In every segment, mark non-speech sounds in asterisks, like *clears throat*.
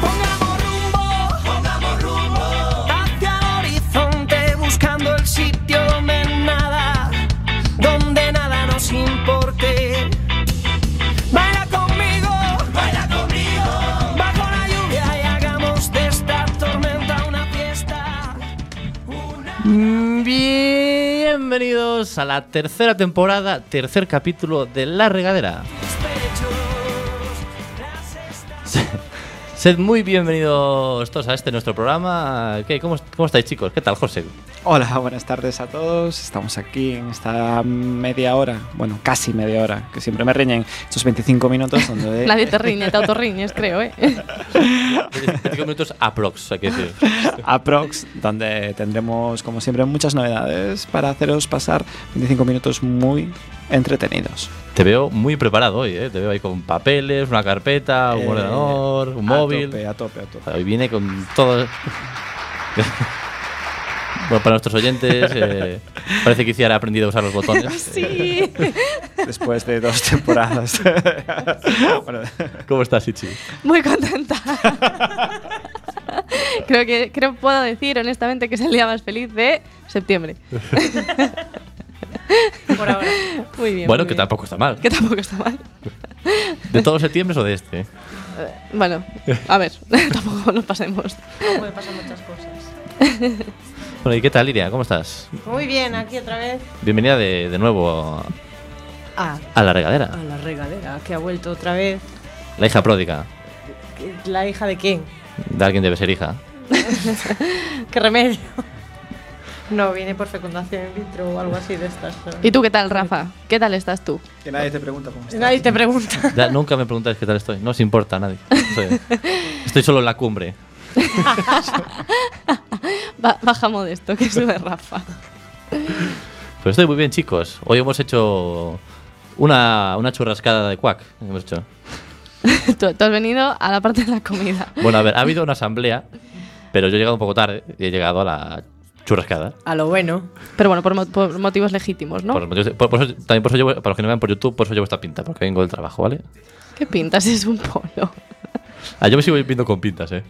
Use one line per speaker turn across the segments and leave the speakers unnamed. Pongamos rumbo, pongamos rumbo hacia el horizonte buscando el sitio donde nada, donde nada nos importe. Baila conmigo, baila conmigo bajo la lluvia y hagamos de esta tormenta una fiesta.
Bienvenidos a la tercera temporada, tercer capítulo de La Regadera.
Mis pechos, las estrellas.
Sed muy bienvenidos todos a este nuestro programa. ¿Qué? ¿Cómo, cómo estáis chicos? ¿Qué tal, José?
Hola, buenas tardes a todos. Estamos aquí en esta media hora, bueno, casi media hora, que siempre me riñen estos 25 minutos
Eh,
donde
Nadie te riñe, te autorriñes, creo,
*laughs*
¿eh?
25 minutos aprox, hay que decir.
aprox, donde tendremos como siempre muchas novedades para haceros pasar 25 minutos muy entretenidos.
Te veo muy preparado hoy, ¿eh? Te veo ahí con papeles, una carpeta, un
Eh,
ordenador, un
a
móvil.
tope, a tope, a tope.
Hoy viene con todo. bueno, para nuestros oyentes, eh, parece que hiciera aprendido a usar los botones.
*laughs*
Sí.
Después de dos
*laughs*
*laughs* temporadas. Bueno,
¿Cómo estás, Ichi?
Muy contenta. Creo que creo puedo decir honestamente que es el día más feliz de septiembre. Por ahora. Muy bien.
Bueno,
muy
que
bien.
tampoco está mal.
Que tampoco está mal.
¿De todo septiembre o de este?
Bueno, a ver, *laughs* tampoco nos pasemos.
Pueden pasar muchas cosas.
Bueno, ¿y qué tal, Liria? ¿Cómo estás?
Muy bien, aquí otra vez.
Bienvenida de, de nuevo
Ah,
a la
a
regadera.
la regadera, que ha vuelto otra vez.
La hija pródiga.
¿La hija de quién?
De alguien debe ser hija.
¿Qué remedio? *laughs* No, viene por fecundación in vitro o algo así de estas. ¿no?
¿Y tú qué tal, Rafa? ¿Qué tal estás tú?
que nadie te pregunta cómo estás.
Nadie te pregunta.
Ya, nunca me preguntáis qué tal estoy. No os importa a nadie. Soy- estoy solo en la cumbre.
*laughs* Ba- baja modesto, que sube Rafa. *laughs*
Pero estoy muy bien, chicos. Hoy hemos hecho una, una churrascada de cuac. Hemos hecho.
Tú, tú has venido a la parte de la comida.
Bueno, a ver, ha habido una asamblea, pero yo he llegado un poco tarde y he llegado a la churrascada.
A lo bueno.
Pero bueno, por, mo- por motivos legítimos, ¿no?
Por motivos de- por- por eso- también por eso llevo, para los que no me vean por YouTube, por eso llevo esta pinta, porque vengo del trabajo, ¿vale?
¿Qué pintas? Es un polo.
Ah, yo me sigo viendo con pintas, ¿eh?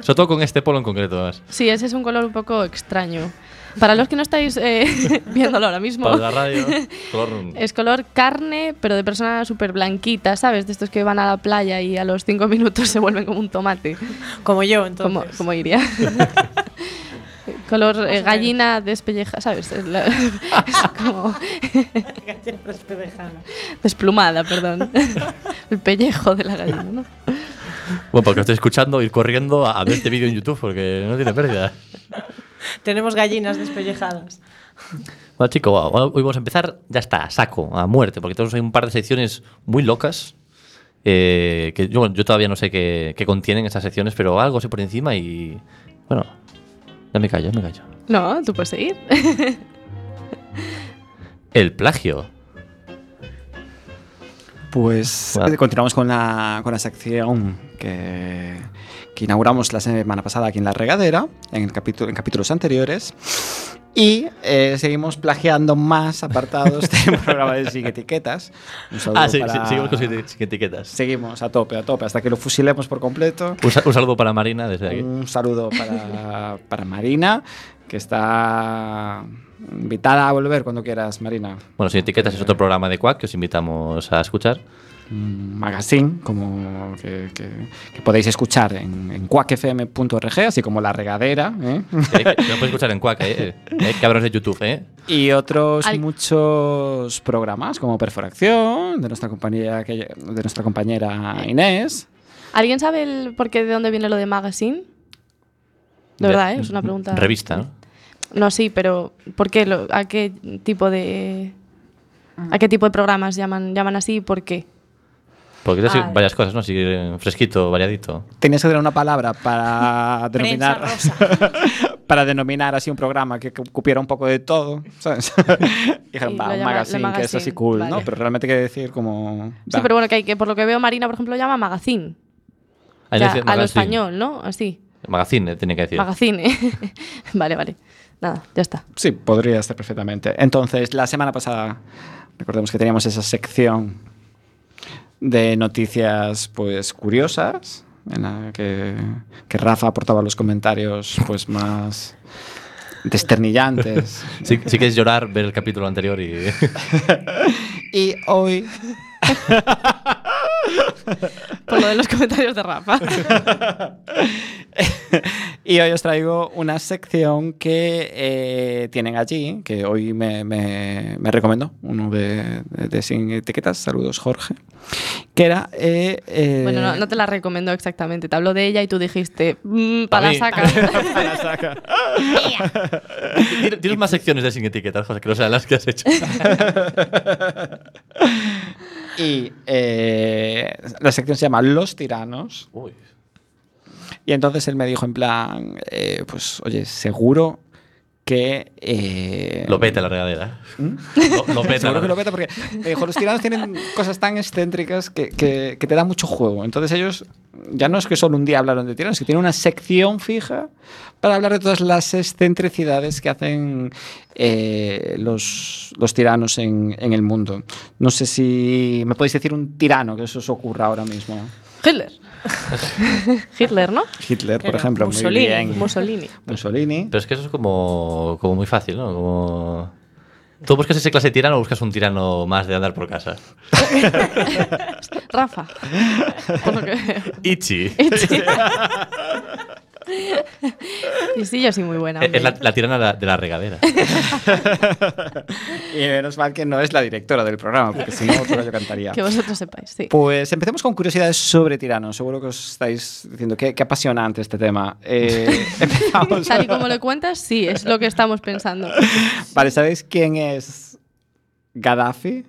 Sobre todo con este polo en concreto, además.
Sí, ese es un color un poco extraño. Para los que no estáis eh, *laughs* viéndolo ahora mismo,
Para la radio, color-
es color carne, pero de persona súper blanquita, ¿sabes? De estos que van a la playa y a los cinco minutos se vuelven como un tomate,
Como yo,
como,
entonces.
como *laughs* iría. color eh, gallina despelleja, ¿sabes? Es, la- *laughs* es como
Gallina despedejada.
desplumada, *laughs* perdón. El pellejo de la gallina, ¿no?
Bueno, porque lo estoy escuchando, ir corriendo a a ver este vídeo en YouTube, porque no tiene pérdida.
Tenemos gallinas despellejadas.
Bueno, chicos, hoy vamos a empezar, ya está, a saco, a muerte, porque tenemos ahí un par de secciones muy locas. eh, que yo, bueno, yo todavía no sé qué, qué contienen esas secciones, pero algo sé por encima y. Bueno, ya me callo, ya me callo.
No, tú puedes seguir.
El plagio.
Pues
Bueno.
eh, continuamos con la, con la sección que, que inauguramos la semana pasada aquí en La Regadera, en, el capítulo, en capítulos anteriores. Y eh, seguimos plagiando más apartados del programa de Sin Etiquetas. Un saludo
Ah, sí,
para-
sí, seguimos con sin sin etiquetas.
Seguimos a tope, a tope, hasta que lo fusilemos por completo.
Un, sa- un saludo para Marina desde aquí.
Un saludo para, para Marina, que está invitada a volver cuando quieras, Marina.
Bueno, sin etiquetas es otro programa de Quack que os invitamos a
*laughs*
escuchar.
un magazine como que, que- que podéis escuchar en, en cuacfm.org, así como La Regadera,
*laughs*
¿eh?
Que hay que- que lo podéis escuchar en Quack, ¿eh? Hay cabrones de YouTube, ¿eh?
y otros
Al-
muchos programas como Perforación, de nuestra compañera, que- de nuestra compañera Inés.
¿Alguien sabe el por qué de dónde viene lo de magazine? De verdad, ¿eh? es una pregunta.
Revista, ¿no?
No, sí, pero ¿por qué? lo- ¿A qué tipo de a qué tipo de programas llaman llaman así y por qué?
Porque es así,
Ah.
varias cosas, ¿no? Así eh, fresquito, variadito.
Tenías que tener una palabra
*laughs*
para denominar
rosa.
para denominar así un programa que cu- cupiera un poco de todo, ¿sabes? *laughs* Y dijeron,
Sí,
va,
lo
un
llama- lo
magazine, que es
magazine,
así cool, ¿no?
vale.
Pero realmente hay que decir como...
Sí,
va.
pero bueno, que, hay, que por lo que veo Marina, por ejemplo, llama magazine.
Ah,
Ya,
dice
a lo
magazine.
español, ¿no? Así.
Magazine, eh, tenía que decir.
Magazine. *laughs* vale, vale. Nada, ya está.
Sí, podría estar perfectamente. Entonces, la semana pasada, recordemos que teníamos esa sección de noticias pues curiosas, en la que, que Rafa aportaba los comentarios pues más desternillantes.
Si, si quieres llorar, ver el capítulo anterior
*laughs*
y.
*laughs* Y hoy
Por lo de los comentarios de Rafa.
Y hoy os traigo una sección que eh, tienen allí, que hoy me, me, me recomendó uno de, de- de Sin Etiquetas, saludos Jorge, que era... eh, eh,
bueno, no, no te la recomiendo exactamente. Te habló de ella y tú dijiste, "Mm,
Pa'
para
mí".
sacar.
*laughs*
*laughs* Tien- Tienes más secciones de sin etiquetas, José, que no sean las que has
*laughs*
hecho.
Y eh, la sección se llama Los Tiranos.
Uy.
Y entonces él me dijo en plan, eh, pues oye, seguro que... eh,
Lo peta la regadera. Lo, lo peta.
¿Mm? Seguro
la-
que lo peta porque me dijo, los tiranos tienen cosas tan excéntricas que, que, que te dan mucho juego. Entonces ellos ya no es que solo un día hablaron de tiranos, que tienen una sección fija para hablar de todas las excentricidades que hacen eh, los, los tiranos en, en el mundo. No sé si me podéis decir un tirano que eso os ocurra ahora mismo.
*laughs*
Hitler. Hitler, ¿no?
Hitler, por
Pero
ejemplo. muy
Mussolini,
bien.
Mussolini.
Mussolini.
Pero es que eso es como, como muy fácil, ¿no? Como... ¿Tú buscas ese clase de tirano o buscas un tirano más de andar por casa?
*laughs* Rafa. Por lo que veo. *laughs*
Ichi.
Y sí, yo soy muy buena.
Es la,
hombre.
la tirana de la- de la
*laughs*
regadera.
Y menos mal que no es la directora del programa, porque si no, otro yo cantaría.
Que vosotros sepáis, sí.
Pues empecemos con curiosidades sobre tiranos. Seguro que os estáis diciendo qué, qué apasionante este tema. Eh, *laughs*
*laughs*
empezamos.
Tal y como lo cuentas, sí, es lo que estamos pensando.
Vale, ¿sabéis quién es Gaddafi?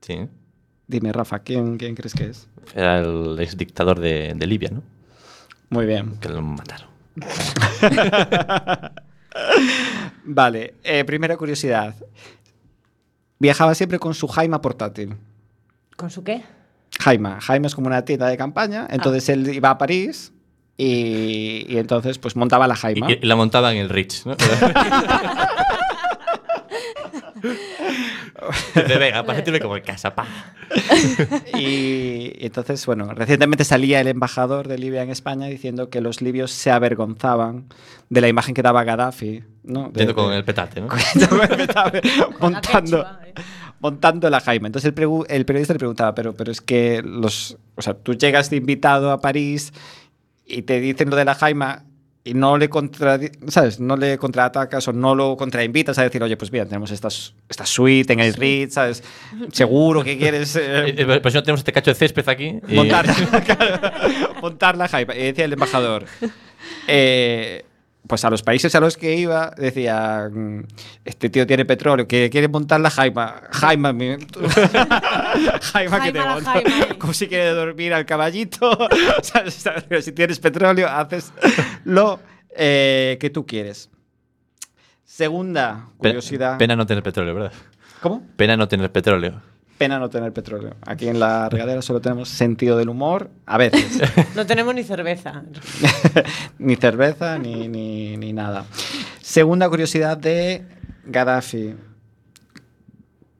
Sí.
Dime, Rafa, ¿quién, quién crees que es?
Era el ex dictador de, de Libia, ¿no?
Muy bien.
Que lo mataron.
Vale, eh, primera curiosidad. Viajaba siempre con su Jaima portátil.
¿Con su qué?
Jaima. Jaima es como una tienda de campaña. Entonces él iba a París y, y entonces pues montaba la Jaima.
Y, y la montaba en el Rich, ¿no? Dice, venga, pásatelo como en casa, pa.
Y entonces, bueno, recientemente salía el embajador de Libia en España diciendo que los libios se avergonzaban de la imagen que daba Gaddafi, ¿no? De-
Yendo con
*laughs* de-
el petate, ¿no? Eh,
montando,
quechua, eh.
montando la Jaima. Entonces el, pregu- el periodista le preguntaba, pero, pero es que los, o sea, tú llegas de invitado a París y te dicen lo de la Jaima y no le contra, ¿sabes? No le contraatacas o no lo contrainvitas a decir, oye, pues mira, tenemos esta, su- esta suite en el Ritz, ¿sabes? Seguro que quieres... eh,
Eh, eh, Por eso tenemos este cacho de césped aquí. y-
Montar,
*laughs*
montar la hype. Y decía el embajador. eh, pues a los países a los que iba, decía: mm, Este tío tiene petróleo, que quiere montar la hype. Jaima, mi- *laughs* Jaima que te
Jaima la
monto.
Jaima.
Como si quiere dormir al caballito. *laughs* O sea, sabes, si tienes petróleo, haces lo eh, que tú quieres. Segunda
Pena-
curiosidad.
Pena no tener petróleo, ¿verdad?
¿Cómo?
Pena no tener petróleo.
Pena no tener petróleo. Aquí en la regadera solo tenemos sentido del humor, a veces.
No tenemos ni cerveza.
ni cerveza ni, ni- ni nada. Segunda curiosidad de Gaddafi.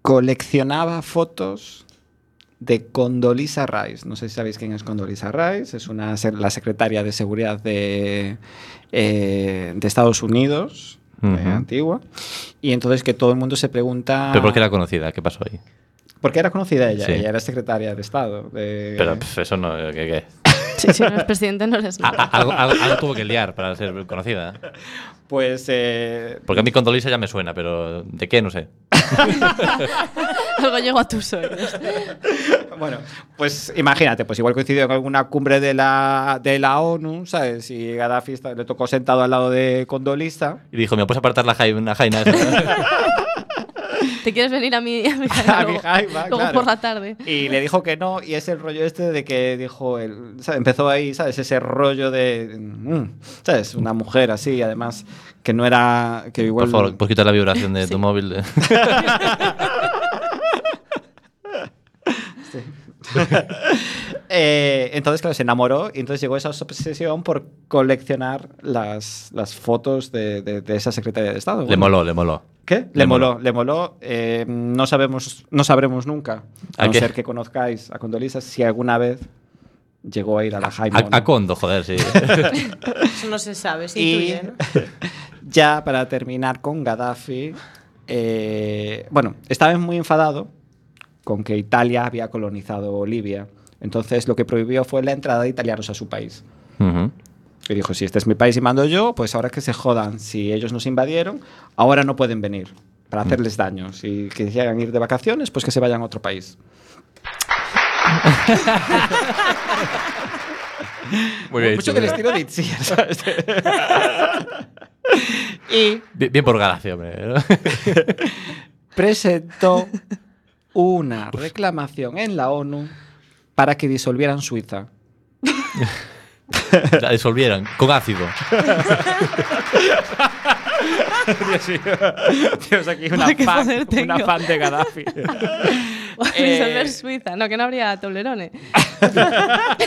Coleccionaba fotos de Condoleezza Rice. No sé si sabéis quién es Condoleezza Rice. Es una, se- la secretaria de seguridad de, eh, de Estados Unidos, eh,
Ujú.
antigua. Y entonces que todo el mundo se pregunta...
¿Pero por qué era conocida? ¿Qué pasó ahí?
por qué era conocida ella?
Sí.
Ella era secretaria de Estado. de-
Pero pf, eso no. eh, ¿Qué? qué?
Sí, si no eres presidente, no eres
A-
nada.
*laughs* a- algo, algo- algo tuvo que liar para ser conocida.
Pues eh,
Porque a mí Condolisa ya me suena, pero ¿de qué? No sé.
Algo llego a tus oídos.
Bueno, pues imagínate, pues igual coincidió con alguna cumbre de la, de la ONU, ¿sabes? Y Gaddafi está- le tocó sentado al lado de Condolista.
Y dijo, ¿me puedes apartar la jaina? jaina esa?"
¿Te quieres venir a mi, a mi jaima
A mi
luego-
jaima,
luego
claro.
por la tarde.
Y le dijo que no, y es el rollo este de que dijo, el, ¿sabes? empezó ahí, ¿sabes? Ese rollo de, mm, ¿sabes? Una mujer así, además, que no era, que igual...
Por favor, pues. puedes quitar la vibración de tu móvil. *laughs*
Eh, entonces, claro, se enamoró y entonces llegó esa obsesión por coleccionar las, las fotos de, de- de esa secretaria de Estado.
Le
Bueno,
moló, le moló.
¿Qué? Le,
Le
moló,
moló.
le moló. Eh, no, sabemos, no sabremos nunca, a,
¿A
no
qué?
ser que conozcáis a Condolisa, si alguna vez llegó a ir a la Jaime.
A,
o no.
a Kondo, joder, sí.
*laughs*
Eso no se sabe, se intuye, ¿no?
ya para terminar con Gaddafi, eh, bueno, estaba muy enfadado con que Italia había colonizado Libia. Entonces lo que prohibió fue la entrada de italianos a su país.
Ujú.
Y dijo, si este es mi país y mando yo, pues ahora que se jodan. Si ellos nos invadieron, ahora no pueden venir para hacerles daño. Si quisieran ir de vacaciones, pues que se vayan a otro país.
Muy bien,
Pues Mucho
hecho,
del
muy bien.
estilo de Itziar,
*laughs*
¿sabes? y
Bien, bien por Galacia, hombre. ¿eh? ¿no?
presentó una reclamación en la ONU para que disolvieran Suiza.
*laughs* La disolvieron con ácido.
Tenemos aquí
Ay, qué poder tengo.
de Gaddafi.
Disolver Suiza. No, que no habría tablerones.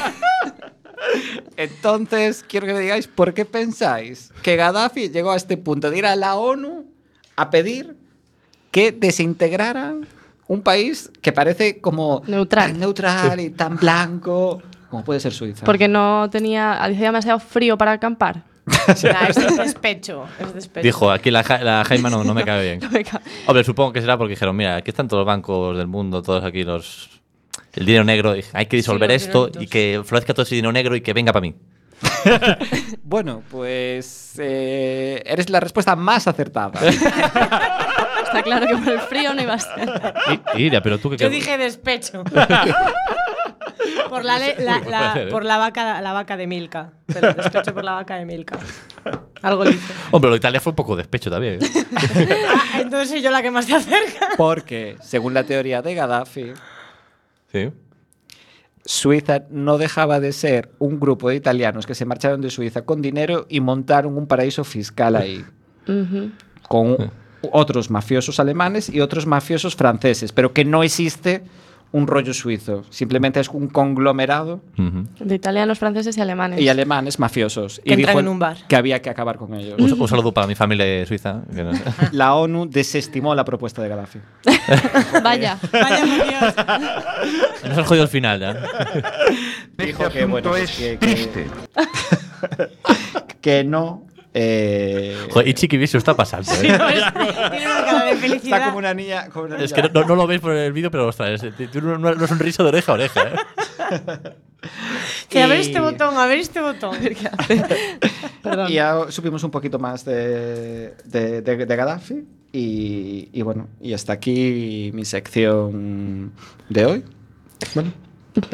*laughs* Entonces, quiero que me digáis por qué pensáis que Gaddafi llegó a este punto de ir a la ONU a pedir que desintegraran un país que parece como
Neutral.
tan neutral y tan blanco como puede ser Suiza.
Porque no tenía. Hacía demasiado frío para acampar. *laughs*
Nah, eso es despecho, es despecho.
Dijo, aquí la, Ja- la Jaima no, no me cabe bien.
No
*laughs*
me ca-
Hombre, supongo que será porque dijeron, mira, aquí están todos los bancos del mundo, todos aquí los... El dinero negro, y hay que disolver
los
esto
dineritos.
y que florezca todo ese dinero negro y que venga para mí.
Bueno, pues eh, eres la respuesta
*laughs*
más acertada.
Está claro que por el frío no iba a ser.
I- Iria, pero tú que...
Yo dije despecho. por la, le- la-
Uy,
la-
puede ser, ¿eh?
por la vaca, la vaca de Milka. Pero despecho por la vaca de Milka. Algo listo.
Hombre, lo de Italia fue un poco despecho también. ¿eh?
Ah, entonces soy yo la que más se acerca.
Porque, según la teoría de Gaddafi,
*laughs* Sí.
Suiza no dejaba de ser un grupo de italianos que se marcharon de Suiza con dinero y montaron un paraíso fiscal ahí,
Ujú.
con otros mafiosos alemanes y otros mafiosos franceses, pero que no existe un rollo suizo, simplemente es un conglomerado
Ujú.
De italianos, franceses y alemanes.
y alemanes mafiosos.
Que
y
entran en un bar. Mm.
que había que acabar con ellos.
Un, un saludo para mi familia de Suiza. que no-
La ONU desestimó la propuesta de Gaddafi.
Vaya.
Vaya por Dios.
*laughs* Nos han jodido el final, ¿ya?
Dijo que, bueno, es que, que, *laughs* que no... eh,
*laughs* Joder, y Chiqui Vicio está pasando. ¿eh?
Tiene una cara de felicidad.
está como una niña... como una
Es
niña-
que no, no- no lo veis por el vídeo, pero ostras, es- tiene una, una sonrisa de oreja a oreja. ¿eh?
Que a ver
Y-
este botón, a ver este botón.
Perdón.
Y ya supimos un poquito más de, de, de- de Gaddafi. Y, y bueno, y hasta aquí mi sección de hoy. Bueno,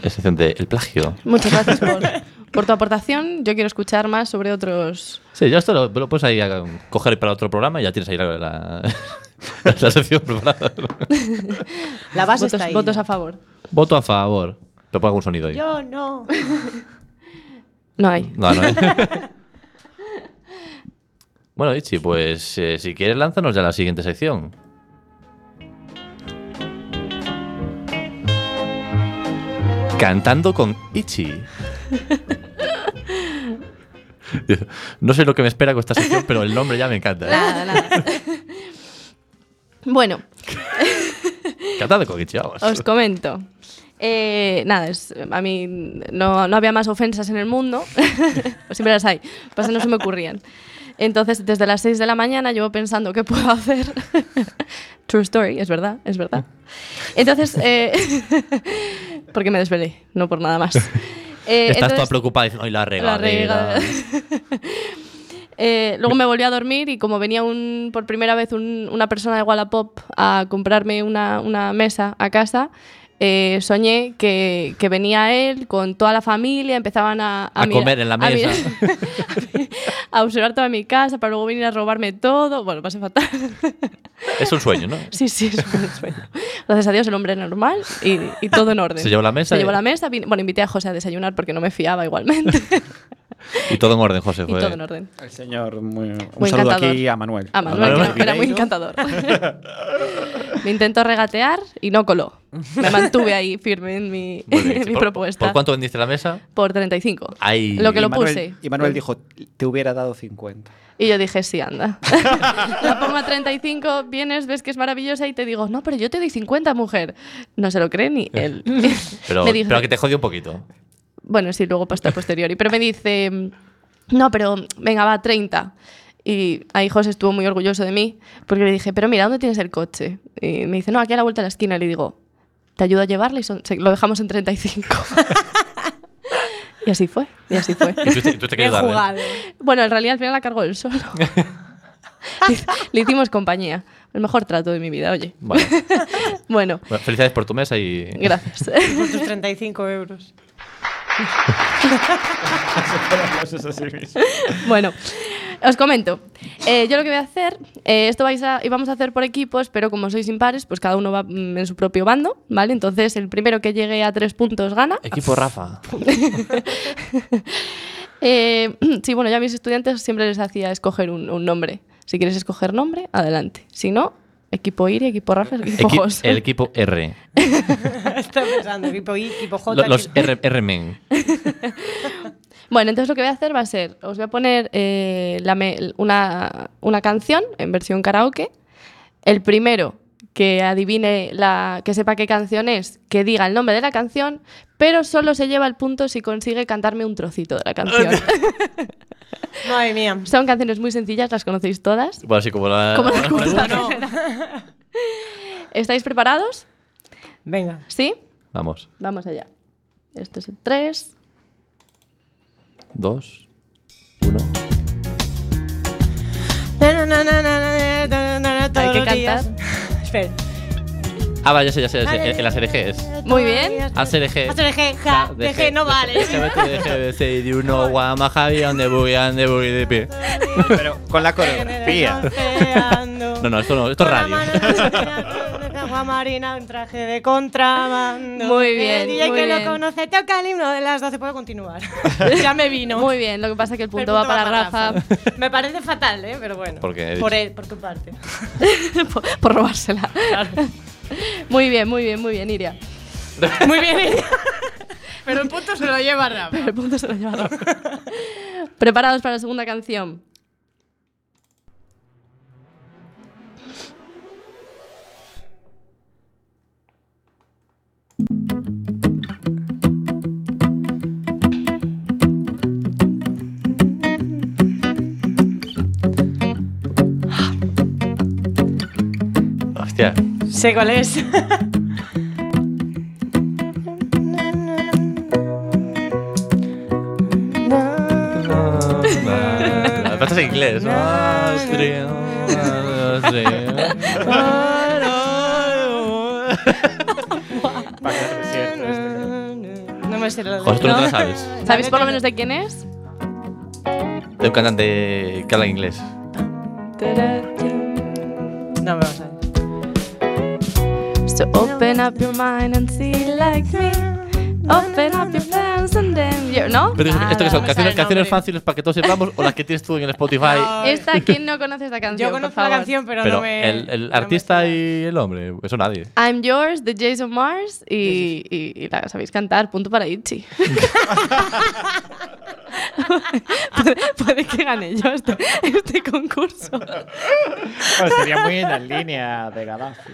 Es sección de el plagio.
Muchas gracias por, por tu aportación. Yo quiero escuchar más sobre otros.
Sí, ya esto lo, lo puedes ahí a- coger para otro programa y ya tienes ahí la, *laughs* la, la sección preparada.
La base
votos,
está ahí.
votos a favor.
Voto a favor. Te pongo un sonido ahí.
Yo no.
No hay.
No, no. ¿eh? bueno, Ichi, pues eh, si quieres, lánzanos ya a la siguiente sección. Cantando con Ichi. *laughs* No sé lo que me espera con esta sección, pero el nombre ya me encanta. ¿eh?
Nada, nada. *laughs* bueno,
Cantando con Ichi, vamos.
os comento. Eh, nada, es- a mí no, no había más ofensas en el mundo. *laughs* Pues Siempre las hay. Lo que Pasa es que no se me ocurrían. Entonces, desde las 6 de la mañana llevo pensando qué puedo hacer. *laughs* True story, es verdad, es verdad. Entonces, eh, *laughs* porque me desvelé, no por nada más. Eh,
Estás toda
entonces-
preocupada diciendo, ¡ay, la
La
regadera!
regadera. *laughs* Eh, luego me volví a dormir y como venía un, por primera vez un- una persona de Wallapop a comprarme una, una mesa a casa, eh, soñé que, que venía él con toda la familia, empezaban a...
*laughs* A comer en la
*laughs* a mirar-
mesa.
a observar toda mi casa para luego venir a robarme todo. Bueno, pasé fatal. *laughs*
Es un sueño, ¿no?
sí, sí, es un buen sueño. Gracias a Dios el hombre normal y,
*laughs*
y todo en orden.
Se llevó la mesa
Se
y- *laughs*
llevó la mesa. vin- Bueno, invité a José a desayunar porque no me fiaba igualmente.
Y todo en orden, José.
*laughs* Y
fue-
todo en orden.
El señor, muy- un
Muy
saludo
encantador.
aquí a Manuel.
A Manuel,
Manuel
que era muy encantador.
*laughs*
Me intentó regatear y no coló. Me mantuve ahí firme en mi,
Muy bien, sí.
*laughs* mi
¿Por-
propuesta.
¿Por cuánto vendiste la mesa?
Por 35.
Ay.
Lo que
Y
lo
Manuel-
puse.
Y Manuel dijo, te hubiera dado 50.
Y yo dije,
*laughs*
sí, anda. la pongo a 35, vienes, ves que es maravillosa y te digo, no, pero yo te doy 50, mujer. No se lo cree ni él.
*laughs* Pero,
*laughs* Me dijo-
pero que te jodió un poquito.
Bueno, sí, luego pasta posteriori. Pero me dice, mm, no, pero venga, va, 30. Y ahí José estuvo muy orgulloso de mí, porque le dije, pero mira, ¿dónde tienes el coche? Y me dice, no, aquí a la vuelta de la esquina. Y le digo, te ayudo a llevarla y son- se- lo dejamos en 35. *laughs* y así fue, y así fue.
Y tú te,
*laughs*
tú te querías
Bien
dar, ¿eh?
jugado.
Bueno, en realidad al final la cargó él solo. *laughs* Le- le hicimos compañía. El mejor trato de mi vida, oye.
Vale.
Bueno,
Bueno, felicidades por tu mesa y.
gracias.
Por tus 35 euros. *laughs*
Bueno, os comento. Eh, yo lo que voy a hacer, eh, esto vais a, y vamos a hacer por equipos, pero como sois impares, pues cada uno va mm, en su propio bando, ¿vale? Entonces el primero que llegue a tres puntos gana.
Equipo
*laughs*
Rafa.
Eh, *clears throat* sí, bueno, yo a mis estudiantes siempre les hacía escoger un, un nombre. Si quieres escoger nombre, adelante. Si no, equipo Iri, equipo Rafa, equipo
Equi-
Jos.
el equipo R.
Estaba pensando, equipo I, equipo J.
Lo- Los er-
equipo-
R- R-Men.
Bueno, entonces lo que voy a hacer va a ser, os voy a poner eh, la me- una, una canción en versión karaoke. El primero que adivine, la, que sepa qué canción es, que diga el nombre de la canción, pero solo se lleva el punto si consigue cantarme un trocito de la canción.
Madre mía.
Son canciones muy sencillas, las conocéis todas.
Bueno, así como la.
*laughs* Como la curva.
No.
¿Estáis preparados?
Venga.
¿Sí?
Vamos.
Vamos allá. Esto es el 3.
Dos. Uno.
Hay
Hay
que cantar.
Espera.
Ah, vale, ya sé, ya sé. ya sé. En, en las RGs.
Muy bien.
ACDG.
ACDG, ja, DG,
*laughs*
no vale.
Pero con la coreografía.
No,
No,
no, esto no, esto es radio.
Marina, un traje de contrabando.
Muy bien,
El DJ
muy
que
bien.
lo conoce toca el himno de las 12. Puedo continuar. *laughs* ya me vino.
Muy bien, lo que pasa es que el
El
punto, va, para Rafa,
Me parece fatal, ¿eh? Pero bueno.
¿Por qué?
Por él, por tu parte.
*laughs* por, por robársela. Muy bien, muy bien, muy bien, Iria.
Muy bien. ella. *laughs* Pero el punto se lo lleva Rafa.
El punto se lo lleva Rafa. *laughs* Preparados para la segunda canción.
*laughs* Hostia.
Sé cuál es. *laughs*
Aparte es en inglés.
No me sé la
José, tú no te la
letra.
sabes.
¿Sabéis por lo menos de quién es?
De un cantante que habla inglés.
No me lo sabes.
So open up your mind and see like me. Open up your plans and then you- ¿No?
Pero esto, esto que son
Ah, me sale
canciones,
el
canciones
nombre.
fáciles para que todos sepamos o las que tienes tú en el Spotify.
Esta, ¿quién no conoce esta canción?
Yo
por
conozco la
favor?
canción, pero,
Pero
no me.
el, el
no me
artista
suena.
y el hombre, eso nadie.
I'm Yours de Jason Mars y, y- y la sabéis cantar, punto para Itchy. puede, puede que gane yo este, este concurso.
sería muy en la línea de Gaddafi.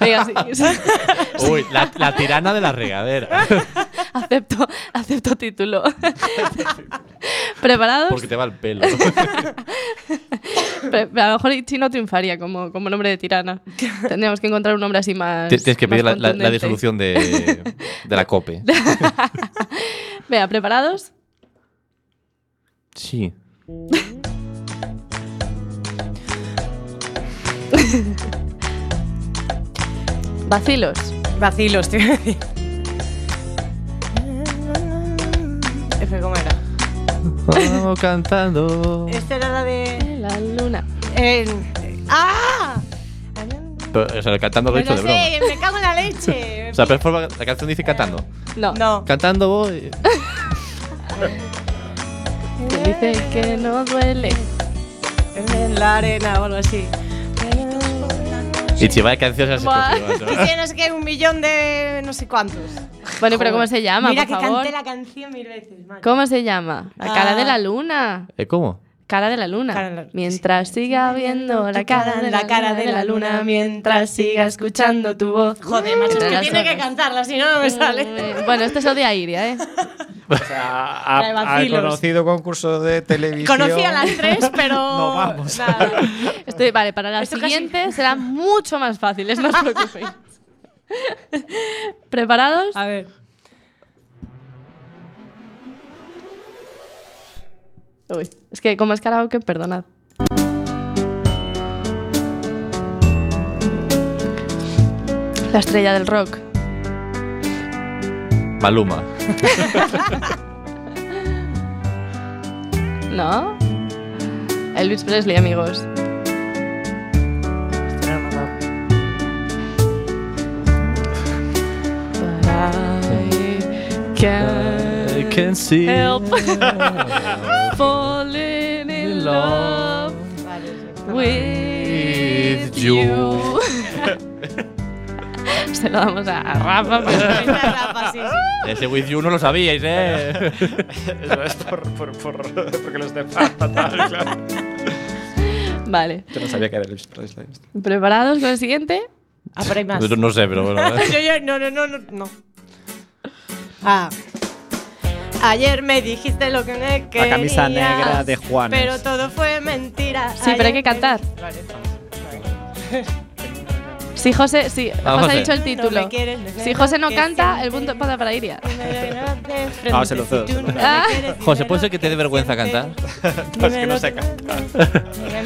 Venga, sí, sí.
Uy, la, la tirana de la
*laughs*
regadera.
Acepto, acepto título. ¿Preparados?
Porque te va el pelo.
Pre- a lo mejor Itchy no triunfaría como, como nombre de tirana. Tendríamos que encontrar un nombre así más.
Tienes que
más
pedir la, la- la
contundente.
disolución de, de la COPE.
Venga, ¿preparados?
Sí.
Vacilos.
Vacilos, tío. F, ¿cómo era?
Vamos cantando.
Esta era la de.
La luna.
eh, ¡Ah!
Pero, o sea, cantando lo he dicho
Pero
de
no
broma.
sé, me cago en la leche.
*laughs* O sea, pero es por- la
Oh.
canción dice cantando.
No.
no.
Cantando voy.
dice que no duele.
En la arena o algo así.
Y si vaya canciones se
Buah.
Que tienes que un millón de no sé cuántos.
Bueno, pero ¿cómo se llama?
Mira
por
que
favor?
canté la canción mil veces. man.
¿Cómo se llama? La cara
Ah.
de la luna.
¿Eh, ¿Cómo?
Cara de la
Cara de la
luna.
luna,
Mientras siga viendo la cara de la, luna, mientras siga escuchando tu voz.
Joder, macho, es
Entre
que
las
tiene que
hojas.
cantarla, si no, no me
*laughs*
sale.
Eh, Bueno, este es odia Iria, ¿eh?
O sea,
La de
a- al
vacilos.
conocido concurso de televisión.
Conocí a las tres,
*laughs*
pero.
No vamos.
Nada.
Estoy, vale, para la
Esto casi-
siguiente será mucho más fácil, no os preocupéis. ¿Preparados?
A ver.
Uy, es que como es karaoke, perdonad. La estrella del rock.
Maluma.
¿No? Elvis Presley, amigos. But I
I
can't
can see.
help *laughs* falling *laughs* in love with you. *laughs* Se lo damos a a Rafa, pero
*laughs* Esta rapa, sí, sí.
Ese With You no lo sabíais, ¿eh?
Eso es por, por, por- porque los de fatal, claro.
Vale.
Yo no sabía que era Elvis Presley.
¿Preparados con el siguiente?
Ah, pero hay más.
no sé, pero bueno. ¿eh?
Yo- yo- no, no, no, no, no. Ah. Ayer me dijiste lo que me querías.
La camisa negra de Juanes.
Pero todo fue mentira.
Sí, pero hay que
Ayer me
cantar.
dijiste- Vale,
Sí, José, sí,
Vamos
Ah, José
a
ha dicho el
ver.
título.
No me quieres, no
Si
sé
José no
que
canta,
siempre-
el punto pasa para Iria.
vale.
Vamos a los dos.
Ah.
José, ¿puede ser que te dé vergüenza cantar?
No, es que no sé cantar.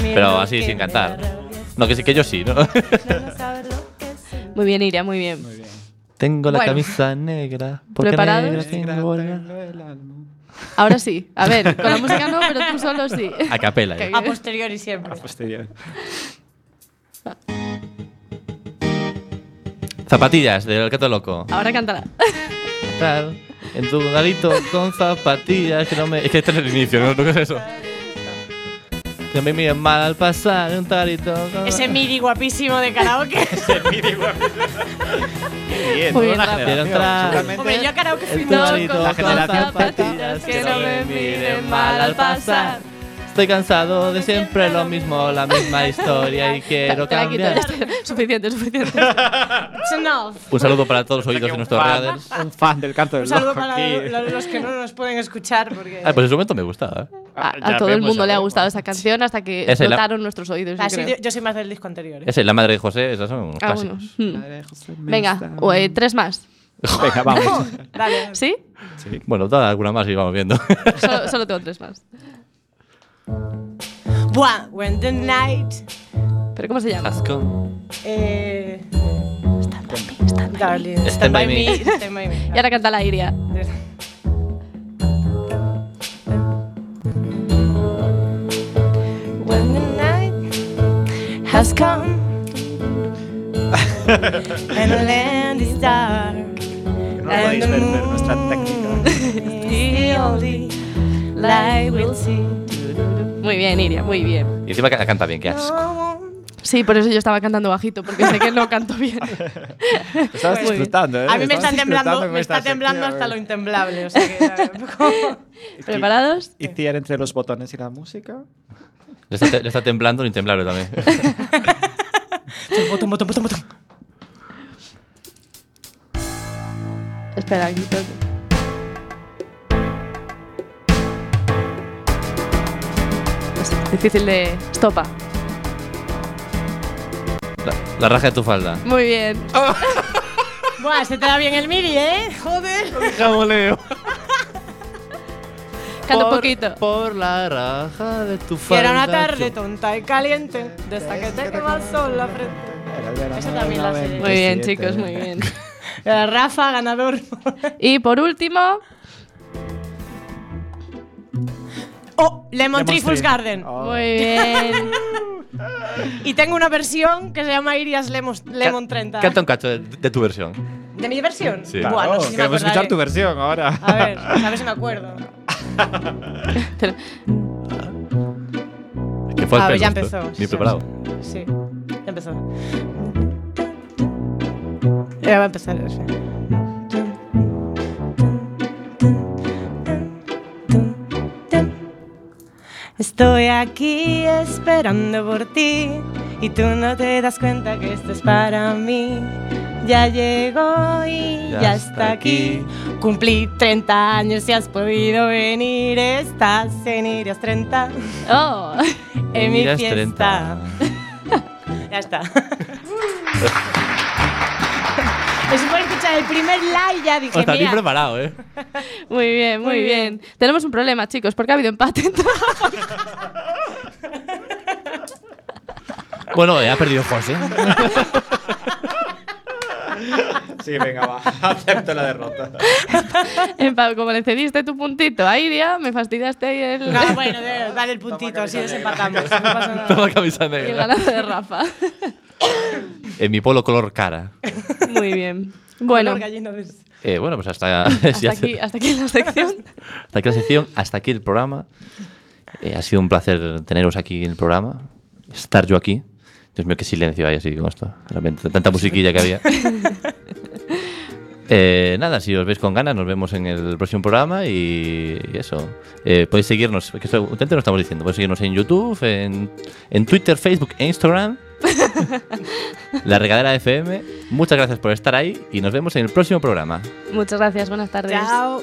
Pero así, sin cantar. No, que sí, que yo sí, ¿no?
Muy bien, Iria, muy bien.
Tengo
Bueno.
camisa negra.
¿Preparados?
negro tengo el-
Ahora sí. A ver,
*laughs*
con la música no, pero tú solo sí.
A capela, ¿eh?
Ah,
Ok.
A
pues
posteriori siempre.
Fastidio.
Zapatillas, del Gato Loco.
Ahora cantará.
Tal. En tu galito con zapatillas. Que no me... Es que este es el inicio, ¿no? ¿No qué es eso? Que me miren mal al pasar un tarito. con-
*laughs* Ese midi guapísimo de karaoke.
Bien,
Muy
toda la
bien, Rafa.
generación,
Pero tra-
seguramente.
Hombre, yo karaoke fui
El
No,
tubarito
con
la generación
zapatillas que no me miren mal al pasar.
Estoy cansado de siempre lo mismo, la
*laughs*
misma historia y quiero
Te la quito, ya
cambiar.
está.
*laughs*
Suficiente, suficiente.
It's enough.
Un saludo para todos los oídos de
un
nuestros
fan.
radars.
Un fan del canto
Un
del
saludo
loco
para
aquí.
lo- los que no nos pueden escuchar porque
Ah, pues en su momento me gustaba. ¿eh?
A,
Ah,
a
ya
todo el
vemos,
mundo
ya
le ha
vemos.
gustado esa canción hasta que
Es el-
explotaron nuestros oídos. yo
Ah, sí,
creo.
yo, yo soy más del disco anterior. ¿eh?
Ese, la madre de José, esas son
Ah, bueno.
clásicos.
Hmm. Venga, o, eh, tres más.
Venga, vamos.
Dale.
¿Sí?
*laughs*
Bueno. da alguna más y vamos viendo. *laughs*
Solo, solo tengo tres más.
Buah, when the night.
¿Pero cómo se llama?
Asco.
Eh,
Stand by me, stand by me.
darling.
Stand by me.
Stand by me.
Y ahora canta la Iria.
When the night has
*laughs*
come and the land is dark
No lo
and
podéis
the
ver, pero
moon
nuestra técnica.
is the only light we'll see.
Muy bien, Iria, muy bien.
Y encima ca- canta bien, qué asco.
Sí, por eso yo estaba cantando bajito, porque sé que no canto
*laughs*
bien.
Estabas
Muy bien.
disfrutando, ¿eh?
A mí me está
Estabas disfrutando
temblando,
con
me está
esta eh.
temblando
sección.
hasta lo intemblable. O sea que, ¿sabes? Como-
¿Preparados?
Y tirar entre los botones y la música.
Le está, te- le está temblando el intemblable también.
Botón, botón, botón, botón.
Espera, aquí tengo que- Es difícil de... Estopa.
La, la raja de tu falda.
Muy bien.
*laughs* Buah, se te da bien el MIDI, ¿eh? Joder.
Jamoleo.
Canta un poquito.
Por la raja de tu
Que
falda.
era una tarde
yo-
tonta y caliente, de esta que te quema el sol la frente. Eso también la sé.
Muy bien, chicos, muy bien.
Eh, Rafa, ganador. *laughs*
Y por último...
Oh, Lemon Tree Fools Garden.
Muy bien.
Y tengo una versión que se llama Irias Lemon, Lemon 30.
Canta un cacho de, de tu versión.
¿De mi versión?
Sí.
Ah,
Buah, no sé si me
queremos escuchar
acordaré.
tu versión ahora.
A ver, a ver si me acuerdo.
Que fue al
Ah,
pelo
ya
esto,
empezó.
Ni
sí,
preparado.
Sí, ya empezó. Ya va a empezar. o sea. Estoy aquí esperando por ti y tú no te das cuenta que esto es para mí. Ya llegó y
Ya
ya,
está
está
aquí.
aquí. Cumplí 30 años y has podido venir. Estás en Irias 30
Oh.
en mi
Miras
fiesta.
30.
*laughs* Ya está. Es por escuchar el primer like ya dije,
O está bien
mira,
preparado, ¿eh?
Muy bien, muy,
Muy
bien.
bien.
Tenemos un problema, chicos, porque ha habido empate.
Bueno, ya ha perdido *laughs* José.
Sí, venga, va. Acepto la derrota.
En plan, como le cediste tu puntito a Iria, me fastidiaste ahí el,
No, bueno, de- dale el puntito, así desempatamos. No pasa nada.
Toma camisa
el
negra.
ganado de Rafa.
En mi polo color cara.
Muy bien. Bueno,
Color gallina de-
Eh, bueno, pues hasta, *laughs*
hasta aquí, hasta aquí la sección.
hasta aquí la sección, hasta aquí el programa. Eh, ha sido un placer teneros aquí en el programa, estar yo aquí. Dios mío, qué silencio hay así con esto. Realmente, tanta musiquilla que había. Eh, nada, si os veis con ganas, nos vemos en el próximo programa y, y eso. Eh, podéis seguirnos, que eso utente no estamos diciendo, podéis seguirnos en YouTube, en, en Twitter, Facebook e Instagram. La Regadera FM. Muchas gracias por estar ahí y nos vemos en el próximo programa.
Muchas gracias, buenas tardes.
Chao.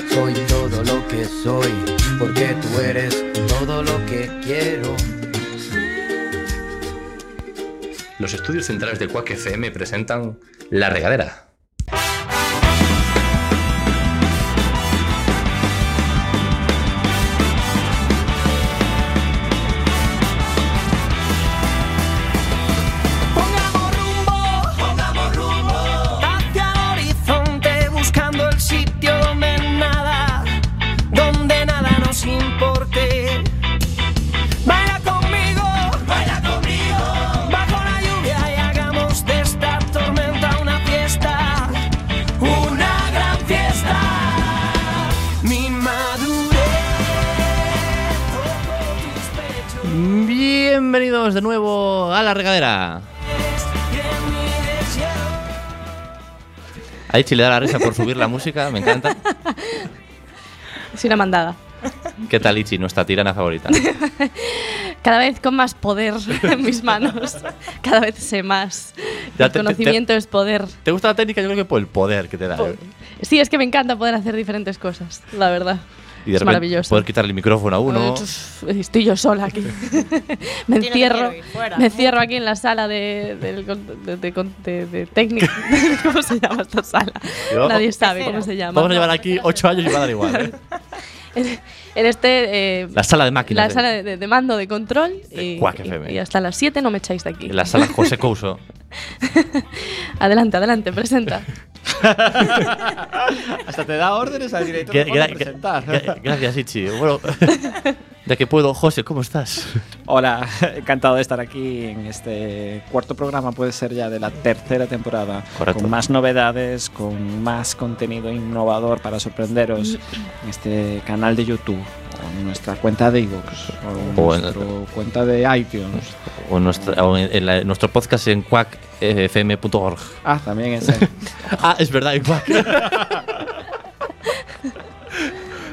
soy todo lo que soy, porque tú eres todo lo que quiero.
Los estudios centrales de Quack FM presentan La Regadera.
Pongamos rumbo, pongamos rumbo hacia el horizonte buscando el sitio de nada
Bienvenidos de nuevo a la regadera. A Ichi le da la risa por subir la música, me encanta.
Es una mandada.
¿Qué tal Ichi, nuestra tirana favorita?
Cada vez con
*laughs*
más poder en mis manos. Cada vez sé más.
Ya
El
te- te-
conocimiento es poder.
¿Te gusta la técnica? Yo creo que por el poder que te
Oh,
da. ¿eh?
Sí, es que me encanta poder hacer diferentes cosas, la verdad.
Y de
es
repente
maravilloso.
poder quitarle el micrófono a uno.
Uf, Estoy yo
*laughs*
sola aquí. me
Yo no te
encierro.
quiero ir, fuera.
Me encierro aquí en la sala de, del con- de, de con- de- de técnico.
*laughs*
¿Cómo se llama esta sala?
Yo-
Nadie sabe
Cero.
cómo se llama.
Vamos a llevar aquí ocho años y va a dar igual. ¿eh?
En este. eh,
La sala de máquinas.
la
¿eh?
sala de, de- de mando de control.
De
y,
Quack
y-
FM.
y hasta las 7 no me echáis de aquí.
En la sala José Couso.
Adelante, adelante, presenta.
*laughs* Hasta te da órdenes al director
Gra- gra- gra- gracias, Ichi. Bueno, *laughs* ya que puedo. José, ¿cómo estás?
*laughs* Hola, encantado de estar aquí en este cuarto programa, puede ser ya de la tercera temporada,
Correcto.
con más novedades, con más contenido innovador para sorprenderos en este canal de YouTube, o en nuestra cuenta de iVoox, o,
O en-
en nuestra cuenta de iTunes.
O nuestra- o en- en la- nuestro podcast en quackfm.org.
Ah, también ese.
Ah, es verdad, en
*laughs*
Quack. es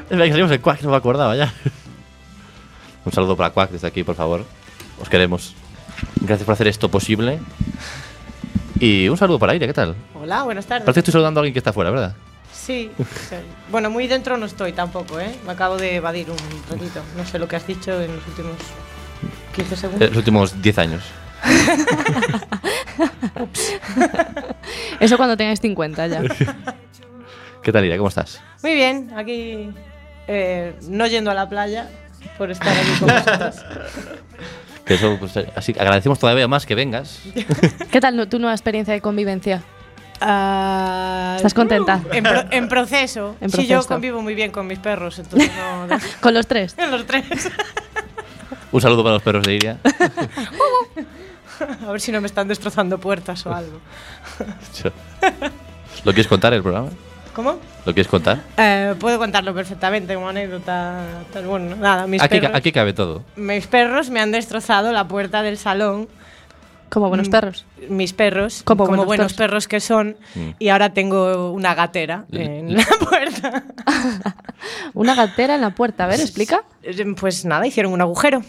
verdad que salimos en Quack, no me acordaba ya. Un saludo para Quack desde aquí, por favor. Os queremos. Gracias por hacer esto posible. Y un saludo para Aire, ¿qué tal?
Hola, buenas tardes.
Parece que estoy saludando a alguien que está afuera, ¿verdad?
Sí, sí. Bueno, muy dentro no estoy tampoco, ¿eh? Me acabo de evadir un ratito. No sé lo que has dicho en los últimos 15
Eh,
segundos.
Los últimos 10 años.
Eso cuando tengáis 50 ya.
¿Qué tal, Aire? ¿Cómo estás?
Muy bien, aquí eh, no yendo a la playa por estar aquí
*laughs*
con vosotros.
Que eso, pues, eh, así agradecemos todavía más que vengas.
¿Qué tal no- tu nueva experiencia de convivencia?
Ah,
¿Estás contenta?
En, pro- en proceso.
*laughs* En
Sí, yo
proceso.
convivo muy bien con mis perros, entonces
*laughs*
no... *laughs*
Con los tres.
los tres. *laughs*
Un saludo para los perros de *laughs* Iria.
A ver si no me están destrozando puertas o algo.
¿Lo quieres contar el programa?
¿Cómo?
¿Lo quieres contar?
Eh, puedo contarlo perfectamente como anécdota. Tal, bueno, nada, mis
Aquí, ca-
perros...
aquí cabe todo.
Mis perros me han destrozado la puerta del salón,
Como buenos
Mm.
perros.
mis perros,
Como buenos
como, buenos, perros que son,
Mm.
y ahora tengo una gatera
L-
en la *laughs* puerta.
Una gatera en la puerta. A ver, explica.
Eh, Pues nada, hicieron
*laughs*
un agujero.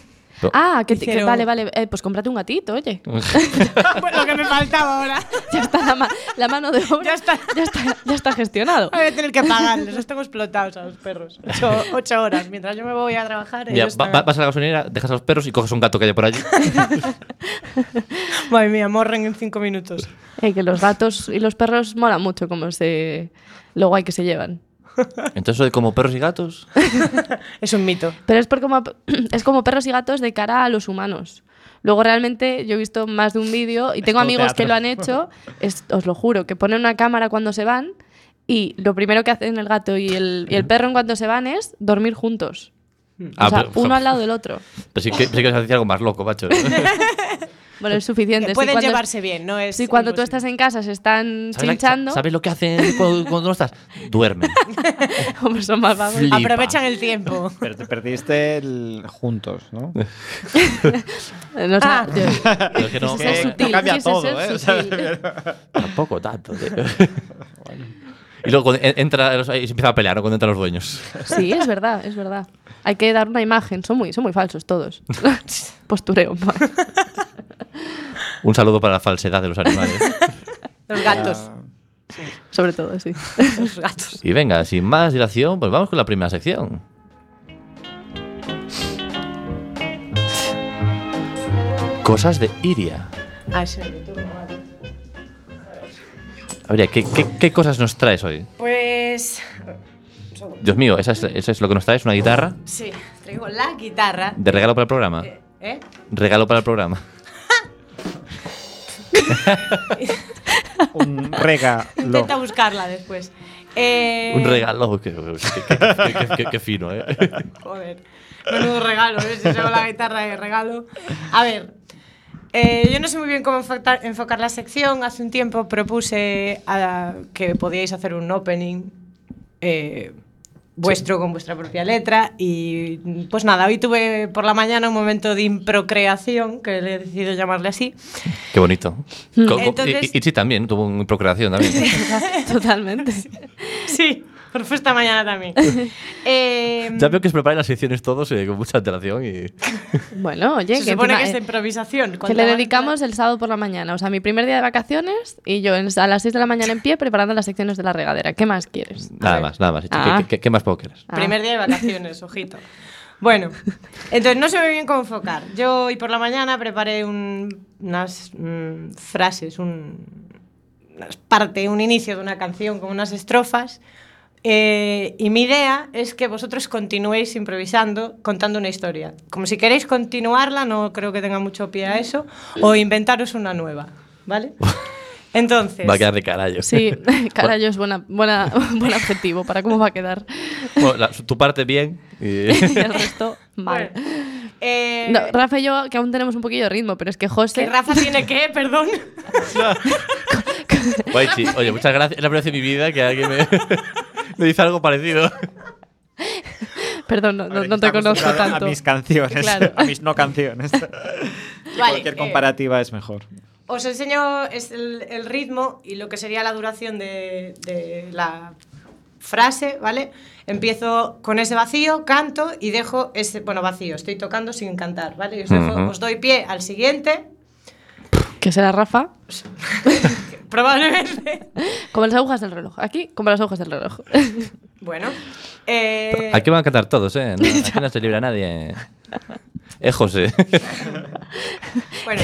No.
Ah, que, te- que
Hicieron-
vale, vale. Eh, pues cómprate un gatito, oye.
*laughs* Pues lo que me faltaba ahora.
Ya está la, ma- la mano de obra.
Ya está.
Ya está, ya está gestionado.
*laughs* Voy a tener que pagarles, los tengo explotados a los perros. Ocho, ocho horas, mientras yo me voy a trabajar.
Mira,
ellos
va-
están-
va- vas a la gasolinera, dejas a los perros y coges un gato que haya
*laughs*
por allí.
Madre mía, morren en cinco minutos.
Eh, que los gatos y los perros molan mucho como se. lo guay que se llevan.
Entonces, ¿soy como perros y gatos.
Es un mito.
Pero es, por como, *clears throat* es como perros y gatos de cara a los humanos. Luego realmente yo he visto más de un vídeo y tengo
todo
amigos que
teatro.
lo han hecho, es- os lo juro, que ponen una cámara cuando se van y lo primero que hacen el gato y el, y el perro en cuanto se van es dormir juntos.
Ah,
o sea,
pero-
uno al lado del otro.
Pero sí que, sí que vas a decir algo más loco, macho.
*laughs*
¿Sabes
Bueno, es
Que
suficiente. Si
Eh, pueden
cuando-
llevarse bien, no es.
si cuando tú
imposible.
estás en casa se están
la-
chinchando,
¿Sabes lo que hacen cuando, cuando no estás? Duermen.
*laughs* hombre, son más vagos.
Flipa.
Aprovechan el tiempo.
Pero te perdiste el juntos, ¿no?
Eh, no sé,
Ah.
yo-
Pero es que no,
Eso es
no-
sutil.
cambia
quise ser
todo, ¿eh? O sea,
sutil.
tampoco tanto. tío. Y luego cuando en- entra, los- ahí se empieza a pelear, ¿no? Cuando entran los dueños.
Sí, es verdad, es verdad. Hay que dar una imagen, son muy, son muy falsos
*laughs*
todos. Postureo. *laughs*
Un saludo para la falsedad de los animales.
Los gatos.
Sobre todo,
*laughs*
sí.
Los gatos.
Y venga, sin más dilación, pues vamos con la primera sección. Cosas de Iria.
Ah, sí, YouTube, vale.
A ver, ¿qué, qué, qué cosas nos traes hoy?
Pues
Dios mío, ¿esa es- ¿eso es lo que nos traes? ¿Una guitarra?
sí, traigo la guitarra.
¿De regalo para el programa?
¿Eh?
Regalo para el programa.
Un rega.
Intenta buscarla después. Eh,
Un regalo. Qué, qué- qué- qué- qué- qué fino, ¿eh?
Joder, menudo regalo, ¿eh? Si llevo la guitarra de regalo. A ver, eh, yo no sé muy bien cómo enfocar, enfocar la sección. Hace un tiempo propuse a- que podíais hacer un opening eh, vuestro con vuestra propia letra. Y pues nada, hoy tuve por la mañana un momento de improcreación, que le he decidido llamarle así.
Qué bonito.
Mm.
Co- co-
Entonces-
y, y sí, también tuvo una procreación también.
Totalmente.
Sí, por fue esta mañana también. Eh,
ya veo que se preparan las secciones todos eh, con mucha antelación y
Bueno, oye,
se
que,
supone
encima,
que
eh,
es de improvisación.
que
cuando
le
avanza-
dedicamos el sábado por la mañana. O sea, mi primer día de vacaciones y yo en- a las 6 de la mañana en pie preparando las secciones de la regadera. ¿Qué más quieres?
nada más, nada más.
Ah.
¿Qué, qué- qué más pókeres?
Ah.
Primer día de
*laughs*
vacaciones, ojito. Bueno, entonces no sé muy bien cómo enfocar. Yo hoy por la mañana preparé un- unas mm, frases, un, unas parte, un inicio de una canción con unas estrofas. eh, y mi idea es que vosotros continuéis improvisando, contando una historia. Como si queréis continuarla, no creo que tenga mucho pie a eso, o inventaros una nueva,
*laughs*
¿vale? Entonces,
Va a quedar de carajo.
Pues
*laughs*
Sí, *laughs* carajo, es buena, buena, *laughs* buen objetivo para cómo va a
*laughs*
quedar.
*laughs*
*laughs*
Bueno, la- tu parte bien. y-
Y el resto, mal.
bueno, eh,
No, Rafa y yo, que aún tenemos un poquillo de ritmo, pero es que
que
José.
Rafa tiene que, perdón.
Guay, sí. Oye, muchas gracias. Es la primera vez en mi vida que alguien me, *laughs* me dice algo parecido.
Perdón, no, no- no te conozco
acostumbrado
tanto.
A mis canciones,
*laughs*
Claro.
*laughs* a mis no canciones. Cualquier
eh,
comparativa es mejor.
Os enseño es el, el ritmo y lo que sería la duración de, de la frase, ¿vale? Empiezo con ese vacío, canto y dejo ese, bueno, vacío, estoy tocando sin cantar, ¿vale? Y os, dejo-
Ujú.
os doy pie al siguiente,
¿Qué será Rafa?
probablemente. *laughs*
Como las agujas del reloj. Aquí, como las agujas del *laughs* reloj.
Bueno, eh,
Aquí van a cantar todos, ¿eh? No, aquí no se libra nadie. Es José. *laughs*
bueno,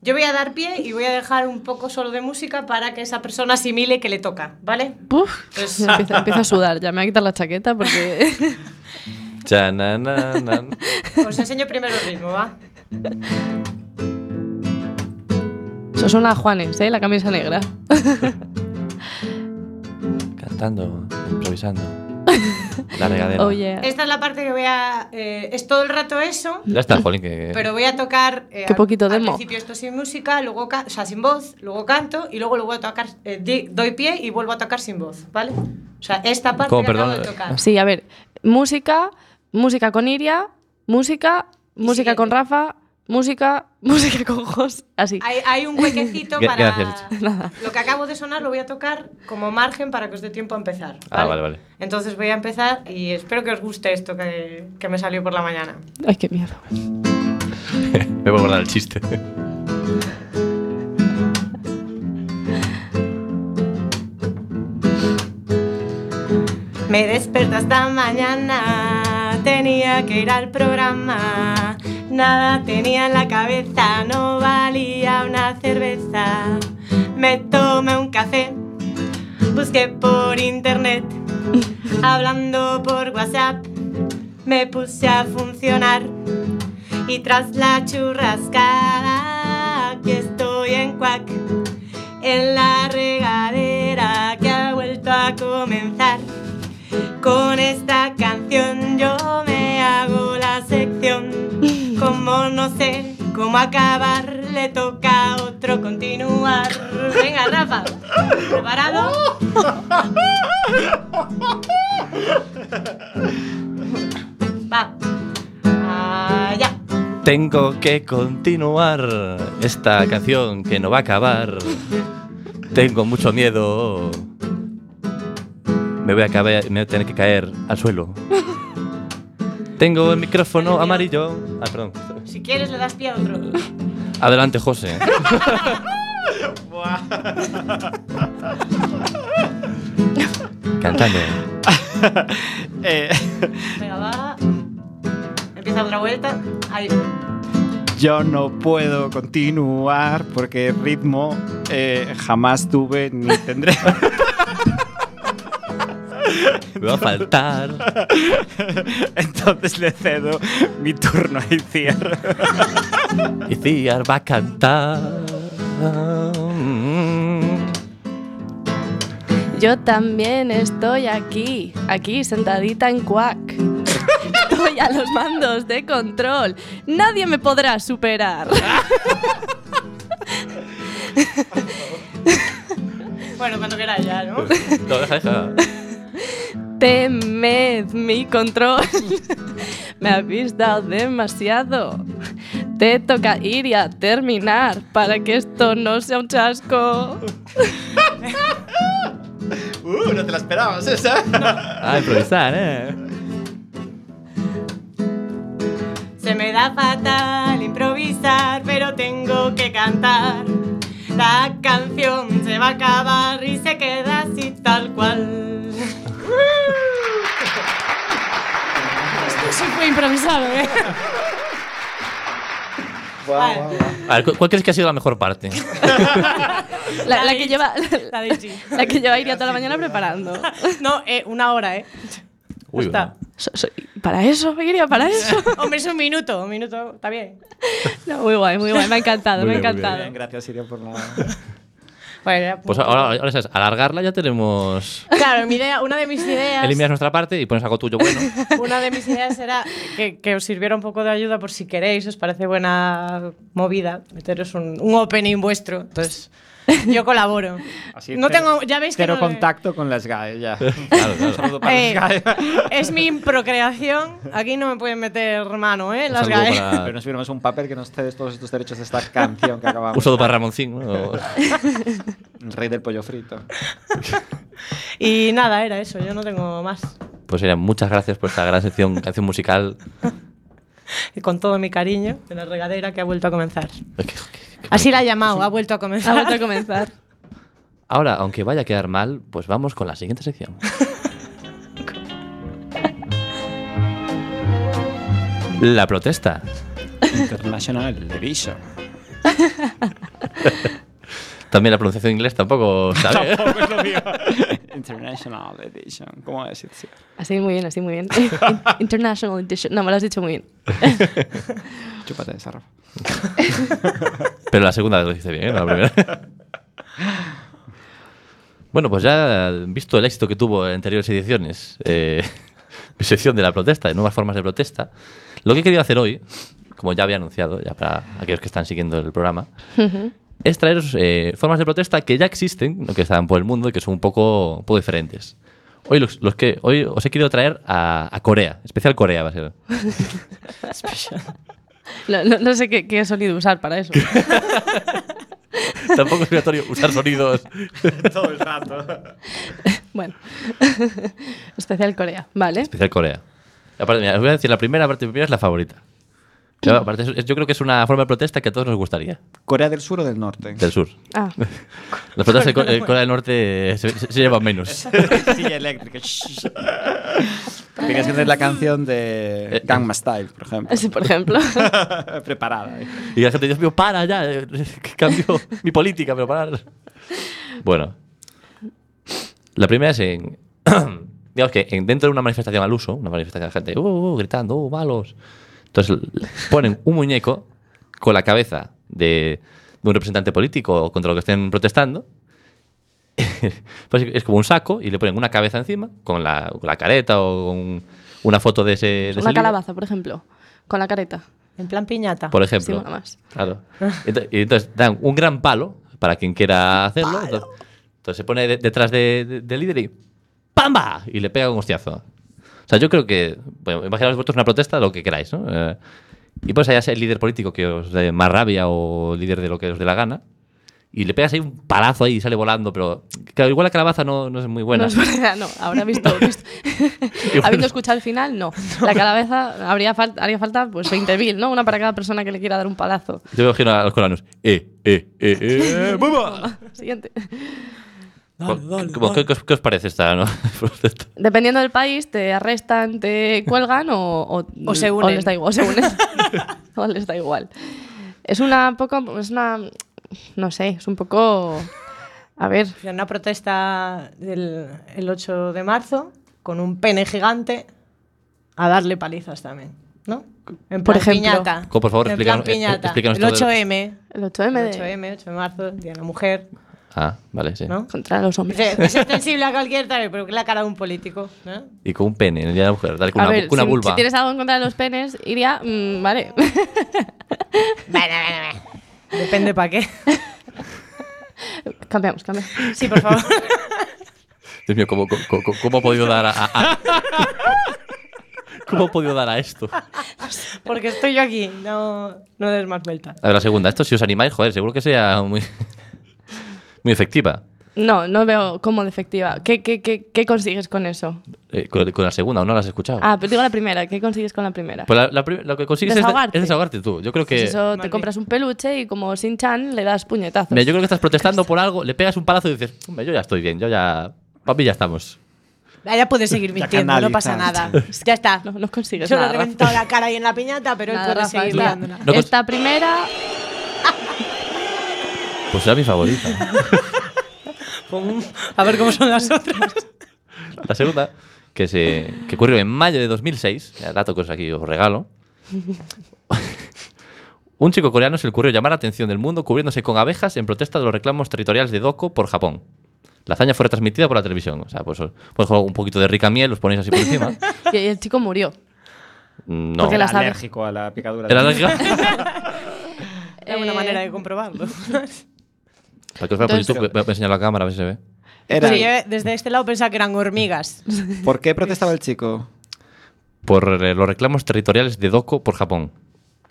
yo voy a dar pie y voy a dejar un poco solo de música para que esa persona asimile que le toca, ¿vale?
Uf,
Pues-
empiezo, empiezo a sudar. Ya me voy a quitar la chaqueta porque. *laughs*
Cha, na, na, na.
Os enseño primero el ritmo, ¿va?
Eso suena a Juanes, ¿eh? La camisa negra.
Cantando, improvisando. La regadera.
Oh, yeah.
Esta es la parte que voy a... eh, es todo el rato eso.
Ya está, Jolín, que...
Pero voy a tocar. eh,
Qué
al-
poquito
al,
demo.
principio esto sin música, luego ca- o sea, sin voz, luego canto y luego lo voy a tocar. eh, di- doy pie y vuelvo a tocar sin voz, ¿vale? O sea, esta parte
¿Cómo,
que acabo
perdón? Ah,
de tocar.
Sí, a ver. Música, música con Iria, música, música
siguiente.
con Rafa, música, *laughs* música con Jos. Así.
Hay, hay un huequecito
*laughs* Gra-
para.
gracias.
Nada.
*laughs* Lo que acabo de sonar lo voy a tocar como margen para que os dé tiempo a empezar. ¿vale?
Ah, vale, vale.
Entonces voy a empezar y espero que os guste esto que, que me salió por la mañana.
Ay, qué miedo.
Me voy a guardar el chiste.
Me desperto esta mañana, tenía que ir al programa. Nada tenía en la cabeza, no valía una cerveza. Me tomé un café, busqué por internet, hablando por WhatsApp, me puse a funcionar. Y tras la churrascada, aquí estoy en cuac, en la regadera que ha vuelto a comenzar. Con esta canción yo me hago la sección. Como no sé cómo acabar, le toca a otro continuar. Venga, Rafa, ¿preparado? Va. Allá.
Tengo que continuar esta canción que no va a acabar. Tengo mucho miedo. Me voy a, caber- me voy a tener que caer al suelo. Tengo el micrófono amarillo. Ah, perdón.
Si quieres le das pie a otro.
Adelante, José. Cantando.
Eh,
Venga, va. Empieza otra vuelta. Ahí.
yo no puedo continuar porque ritmo eh, jamás tuve ni
*laughs*
tendré.
Me va a faltar.
Entonces le cedo mi turno y cierro.
Y Ciar va a cantar.
Yo también estoy aquí, aquí sentadita en *laughs* cuac. Estoy a los mandos de control. Nadie me podrá superar.
Bueno, cuando queráis ya, ¿no?
No, deja, deja.
Temed mi control. *laughs* Me habéis dado demasiado. Te toca ir y a terminar para que esto no sea un chasco.
Uh, no te la esperabas esa.
Ah, improvisar, ¿eh?
Se me da fatal improvisar, pero tengo que cantar. La canción se va a acabar y se queda así tal *laughs* cual.
Esto sí fue improvisado, ¿eh?
Vale,
A ver, ¿cu- ¿cuál crees que ha sido la mejor parte?
La, la que lleva. *laughs*
la de G.
La que lleva Iria toda la mañana preparando.
No, eh, una hora, ¿eh?
Uy,
Está.
So- so- ¿Para eso, Iria? ¿Para eso?
*laughs*
Hombre, es un minuto, un minuto, está bien.
No, muy guay, muy guay. Me ha encantado,
Muy
me ha
bien, muy bien.
encantado.
Gracias, Iria, por la.
Bueno, era-
Pues ahora, ahora sabes, alargarla ya tenemos.
Claro, mi idea, una de mis ideas.
Eliminas nuestra parte y pones algo tuyo bueno.
Una de mis ideas era que, que os sirviera un poco de ayuda por si queréis, os parece buena movida, meteros un, un opening vuestro. Entonces, yo colaboro.
Así,
no
cero-
tengo, ya veis que
Cero
no-
contacto con las GAE, ya.
Claro, claro.
Un saludo para
Eh, *laughs*
las E. GAE.
es mi procreación. Aquí no me pueden meter mano, ¿eh?
Un
Las
saludo
GAE.
para-
Pero nos firmas un papel que nos cedes todos estos derechos de esta canción que acabamos.
Un saludo para Ramoncín. ¿no?
El Rey del pollo frito.
Y nada, era eso, yo no tengo más.
Pues sería muchas gracias por esta gran sección, canción musical.
Y con todo mi cariño de la regadera que ha vuelto a comenzar.
Es que- que- que-
Así la he llamado, ha vuelto a
Ha
*laughs*
comenzar.
vuelto a comenzar.
Ahora, aunque vaya a quedar mal, pues vamos con la siguiente sección. La protesta.
International Edition.
También la pronunciación inglés tampoco, ¿sabes?
International Edition. ¿Cómo decir?
Así muy bien, así muy bien. *laughs* International Edition. No, me lo has dicho muy bien.
Chúpate esa, Rafa.
Pero la segunda lo hice bien, ¿eh? No la primera. Bueno, pues ya visto el éxito que tuvo en anteriores ediciones, eh, *laughs* mi sección de la protesta, de nuevas formas de protesta, lo que he querido hacer hoy, como ya había anunciado, ya para aquellos que están siguiendo el programa, es traeros eh, formas de protesta que ya existen, ¿no? que están por el mundo y que son un poco, un poco diferentes. Hoy, los, los que, hoy os he querido traer a, a Corea, especial Corea va a ser. *laughs*
No, no- no sé qué, qué sonido usar
*laughs*
para eso.
Tampoco es obligatorio usar sonidos.
Bueno. *laughs* Especial Corea, ¿vale?
Especial Corea. Aparte, mira, os voy a decir, la primera, aparte, la primera es la favorita. Yo, aparte, es- yo creo que es una forma de protesta que a todos nos gustaría,
¿Corea del Sur o del Norte?
del sur.
Ah,
Las protestas de Co- eh, Corea del Norte eh, se, se- se llevan menos.
Silla eléctrica. Tienes que tener la canción
Eh,
de Gangnam Style, por ejemplo.
sí, por ejemplo.
Preparada. eh.
Y la gente, Dios mío, para ya, eh, que
*laughs*
cambio mi política, pero para. Bueno, la primera es en. *clears throat* digamos que en- dentro de una manifestación al uso, una manifestación de gente "Uh, uh", gritando, uh, malos. Entonces *laughs* l- ponen un muñeco con la cabeza de, de un representante político contra lo que estén protestando. *laughs* Pues es como un saco y le ponen una cabeza encima con la, con la careta o con una foto de ese. de ese
Una
líder.
calabaza, por ejemplo. Con la careta.
En plan piñata.
Por ejemplo.
Sí, mola más.
Claro. Ento- Y entonces dan un gran palo para quien quiera hacerlo. Entonces, entonces se pone de- detrás de- de- del líder y ¡pamba! Y le pega un hostiazo. O sea, yo creo que. Bueno, imaginaos vosotros una protesta, lo que queráis, ¿no? Eh, y pues allá sea el líder político que os dé más rabia o líder de lo que os dé la gana. Y le pegas ahí un palazo ahí y sale volando, pero. Claro, igual la calabaza no, no es muy buena.
No, es verdad, no, ahora visto, visto- habiendo escuchado el final, no. La cabeza habría fal- haría falta pues 20.000, ¿no? Una para cada persona que le quiera dar un palazo.
Yo me imagino a los coreanos. ¡Eh, eh,
*laughs*
eh, eh! ¡Bomba!
Siguiente.
Como, ¿qué- qué os- ¿Qué os parece esta no? *laughs* protesta?
Dependiendo del país, te arrestan, te cuelgan o, o,
O se
O
unen.
les da igual. o se
*laughs*
unen. *laughs* O les da igual. Es una poco. Es una. No sé, es un poco. A ver.
Una protesta del el 8 de marzo con un pene gigante a darle palizas también, ¿no? En
Por
plan
ejemplo.
piñata.
Co, por favor,
en
explícanos-
plan
eh,
piñata.
explícanos
el
todo el-
8M.
El 8M, de-
El 8M, 8 de marzo, Día de la Mujer,
Ah, vale, sí.
¿no?
contra los hombres.
Dice,
*laughs*
Es extensible a cualquier tal, pero que la cara de un político, ¿no?
Y con un pene en el día de la mujer, dale con
a
una,
ver,
con una
si,
vulva.
si tienes algo en contra de los penes, iría. mm, vale. *laughs* *laughs*
Depende para qué.
cambiamos, cambiamos.
Sí, por favor.
Dios mío, ¿cómo, cómo, cómo- cómo ha podido dar a, a- a- ¿Cómo ha podido dar a esto? A
*laughs* Porque estoy yo aquí, no, no des más vueltas.
ver, la segunda. Esto, si os animáis, joder, seguro que sea muy, muy efectiva.
No, no veo cómo defectiva. ¿Qué, qué, qué, qué consigues con eso?
Eh, con, con la segunda, ¿o no la has escuchado?
Ah, pero digo la primera. ¿Qué consigues con la primera?
Pues la- la prim- lo que consigues es, de-
Desahogarte.
es desahogarte tú. Yo creo que.
Pues eso,
Vale.
te compras un peluche y como Sin Chan le das puñetazos.
Mira, yo creo que estás protestando por algo, le pegas un palazo y dices, hombre, yo ya estoy bien, yo ya. Papi, ya estamos.
Ah, Ya puedes seguir mintiendo, no pasa nada.
canalizas.
Ya está.
No, no consigues
Yo le he
nada. Rafa.
reventado la cara ahí en la piñata, pero él
Nada,
puede
Rafa,
seguir
es la-
liándola.
No cons-
Esta primera,
Pues era mi
*laughs*
favorita.
A ver cómo son las otras.
la segunda, que, se, que ocurrió en mayo de 2006, ya dato que os aquí os regalo. un chico coreano se le ocurrió llamar la atención del mundo cubriéndose con abejas en protesta de los reclamos territoriales de Doko por Japón. La hazaña fue retransmitida por la televisión. O sea, pues, os- pues un poquito de rica miel, los ponéis así por encima.
*laughs* y el chico murió.
No.
Porque las abe-
alérgico a la picadura.
Era alérgica.
Era una
Eh,
manera de *laughs* comprobarlo.
*laughs* Para que os vea por
Entonces-
YouTube, voy a- voy a enseñar la cámara a ver si se ve.
Era,
Sí, yo desde este lado pensaba que eran hormigas.
¿Por qué protestaba el chico?
por eh, los reclamos territoriales de Doko por Japón.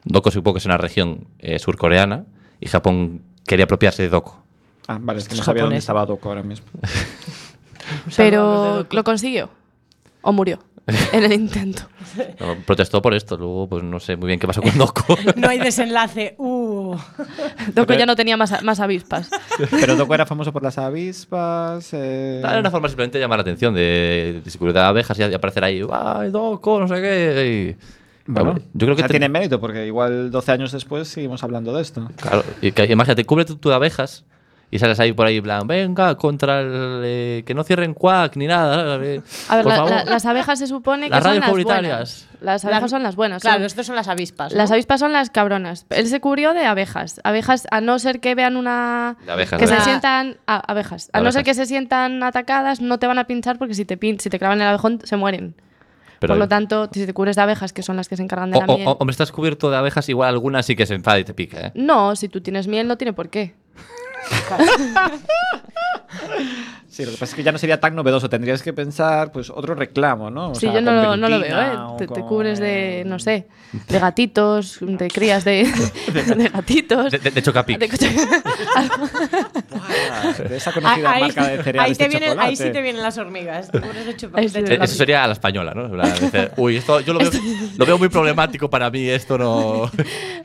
Doko supongo que es una región eh, surcoreana y Japón quería apropiaparse de Doko.
Ah, vale, es que no
Los
sabía dónde
japoneses.
estaba Doko ahora mismo.
Pero lo consiguió.
*laughs*
O murió en el intento.
No, protestó por esto, luego pues no sé muy bien qué pasó con
*laughs*
Doko.
No hay *laughs* desenlace. Uh.
Doko ya no tenía más, más avispas.
Pero Doko era famoso por las avispas. eh,
Era una forma simplemente de llamar la atención, de, de seguridad de abejas y aparecer ahí, ¡ay, Doko, no sé qué! y-
Bueno,
yo creo que
o sea,
ten-
tiene mérito porque igual 12 años después seguimos hablando de esto.
Claro, y que- imagínate, cúbrete tú de abejas y sales ahí por ahí, en plan, venga, contra el. eh, que no cierren Quack ni nada. eh,
A ver,
por
la-
favor.
la- las abejas se supone que
Las
son
radios
las
comunitarias.
buenas. Las abejas son las buenas.
Claro,
son-
estos son las avispas. ¿no?
Las avispas son las cabronas. Él se cubrió de abejas. Abejas, a no ser que vean una.
De abejas,
que
de
se
abejas.
sientan. a- abejas. A no
Abejas.
ser que se sientan atacadas, no te van a pinchar porque si te, pin- si te clavan el abejón, se mueren.
Pero- Oh,
Por lo tanto, si te cubres de abejas, que son las que se encargan de la
O- o-
miel.
o- hombre, estás cubierto de abejas, igual alguna sí que se enfada y te pica, ¿eh?
No, si tú tienes miel, no tiene por qué.
Sí, lo que pasa es que ya no sería tan novedoso. Tendrías que pensar, pues, otro reclamo, ¿no? O
Sí,
sea,
yo no,
con
lo- no lo veo,
Valentina
¿eh?
o
Te, te
con-
cubres de, no sé, de gatitos, de crías de, de gatitos.
*laughs* De, de, de Chocapic.
de coche- algo.
Ah, de esa
Ah,
conocida marca de cereales
*laughs* ahí te
de
vienen- ahí sí
chocolate.
te vienen
*laughs*
las hormigas. Te pones de chupa-
Ahí sí.
de
Eh,
chocolate.
Eso sería a la española, ¿no? En plan, dice, Uy, esto yo lo veo, lo veo muy problemático para mí, esto no...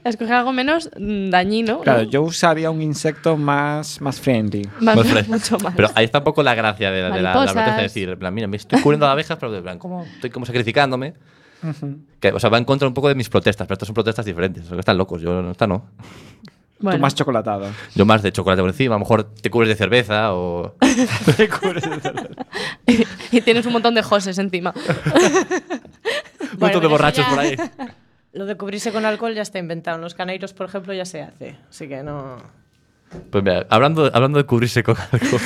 Escoger algo menos mm, dañino.
Claro,
¿no?
yo usaría un insecto más, más friendly.
Más-
no ofrece.
*laughs* mucho más.
Pero ahí está un poco la gracia de, la- de la, de la protesta de
Mariposas.
decir, en plan, mira, me estoy cubriendo de abejas, pero en plan, ¿cómo? estoy como sacrificándome. Que, o sea, va en contra un poco de mis protestas, pero estas son protestas diferentes. son que Están locos, yo no, esta no.
Bueno.
Tú más chocolatada.
Yo más de chocolate por encima, a lo mejor te cubres de cerveza o...
*laughs* y tienes un montón de joses encima.
un montón de
pero
borrachos
eso ya-
por ahí.
Lo de cubrirse con alcohol ya está inventado. En los caneiros, por ejemplo, ya se hace. Así que no.
Pues mira, hablando, hablando de cubrirse con algo...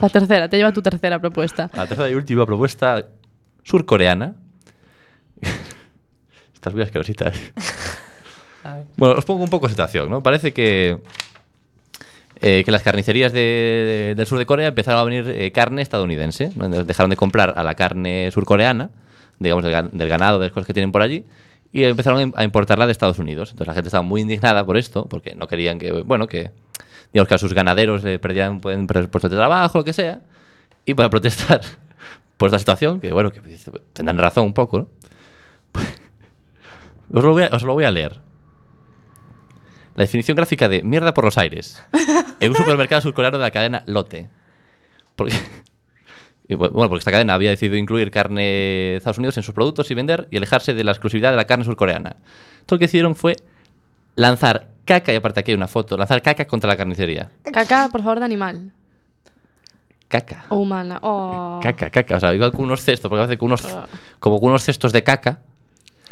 La tercera, te lleva tu tercera propuesta.
La tercera y última propuesta surcoreana. *laughs* Estas muy asquerositas. Bueno, os pongo un poco en situación, ¿no? Parece que, eh, que las carnicerías de- del sur de Corea empezaron a venir eh, carne estadounidense. ¿no? Entonces Dejaron de comprar a la carne surcoreana, digamos, del, gan- del ganado, de las cosas que tienen por allí, y empezaron a im- a importarla de Estados Unidos. Entonces la gente estaba muy indignada por esto, porque no querían que, bueno, que, digamos, que a sus ganaderos le perdieran pueden perder puestos de trabajo, lo que sea y para protestar *laughs* por esta situación, que bueno, que tendrán razón un poco, ¿no? *laughs* Os lo voy a, os lo voy a leer. La definición gráfica de mierda por los aires en un supermercado surcoreano de la cadena Lotte. Porque, *laughs* y bu- bueno, porque esta cadena había decidido incluir carne de Estados Unidos en sus productos y vender y alejarse de la exclusividad de la carne surcoreana. Entonces lo que hicieron fue lanzar caca, y aparte aquí hay una foto, lanzar caca contra la carnicería.
Caca, por favor, de animal.
Caca.
O humana. o-
Caca, caca. O sea, igual con unos cestos, porque a veces con unos, como con unos cestos de caca.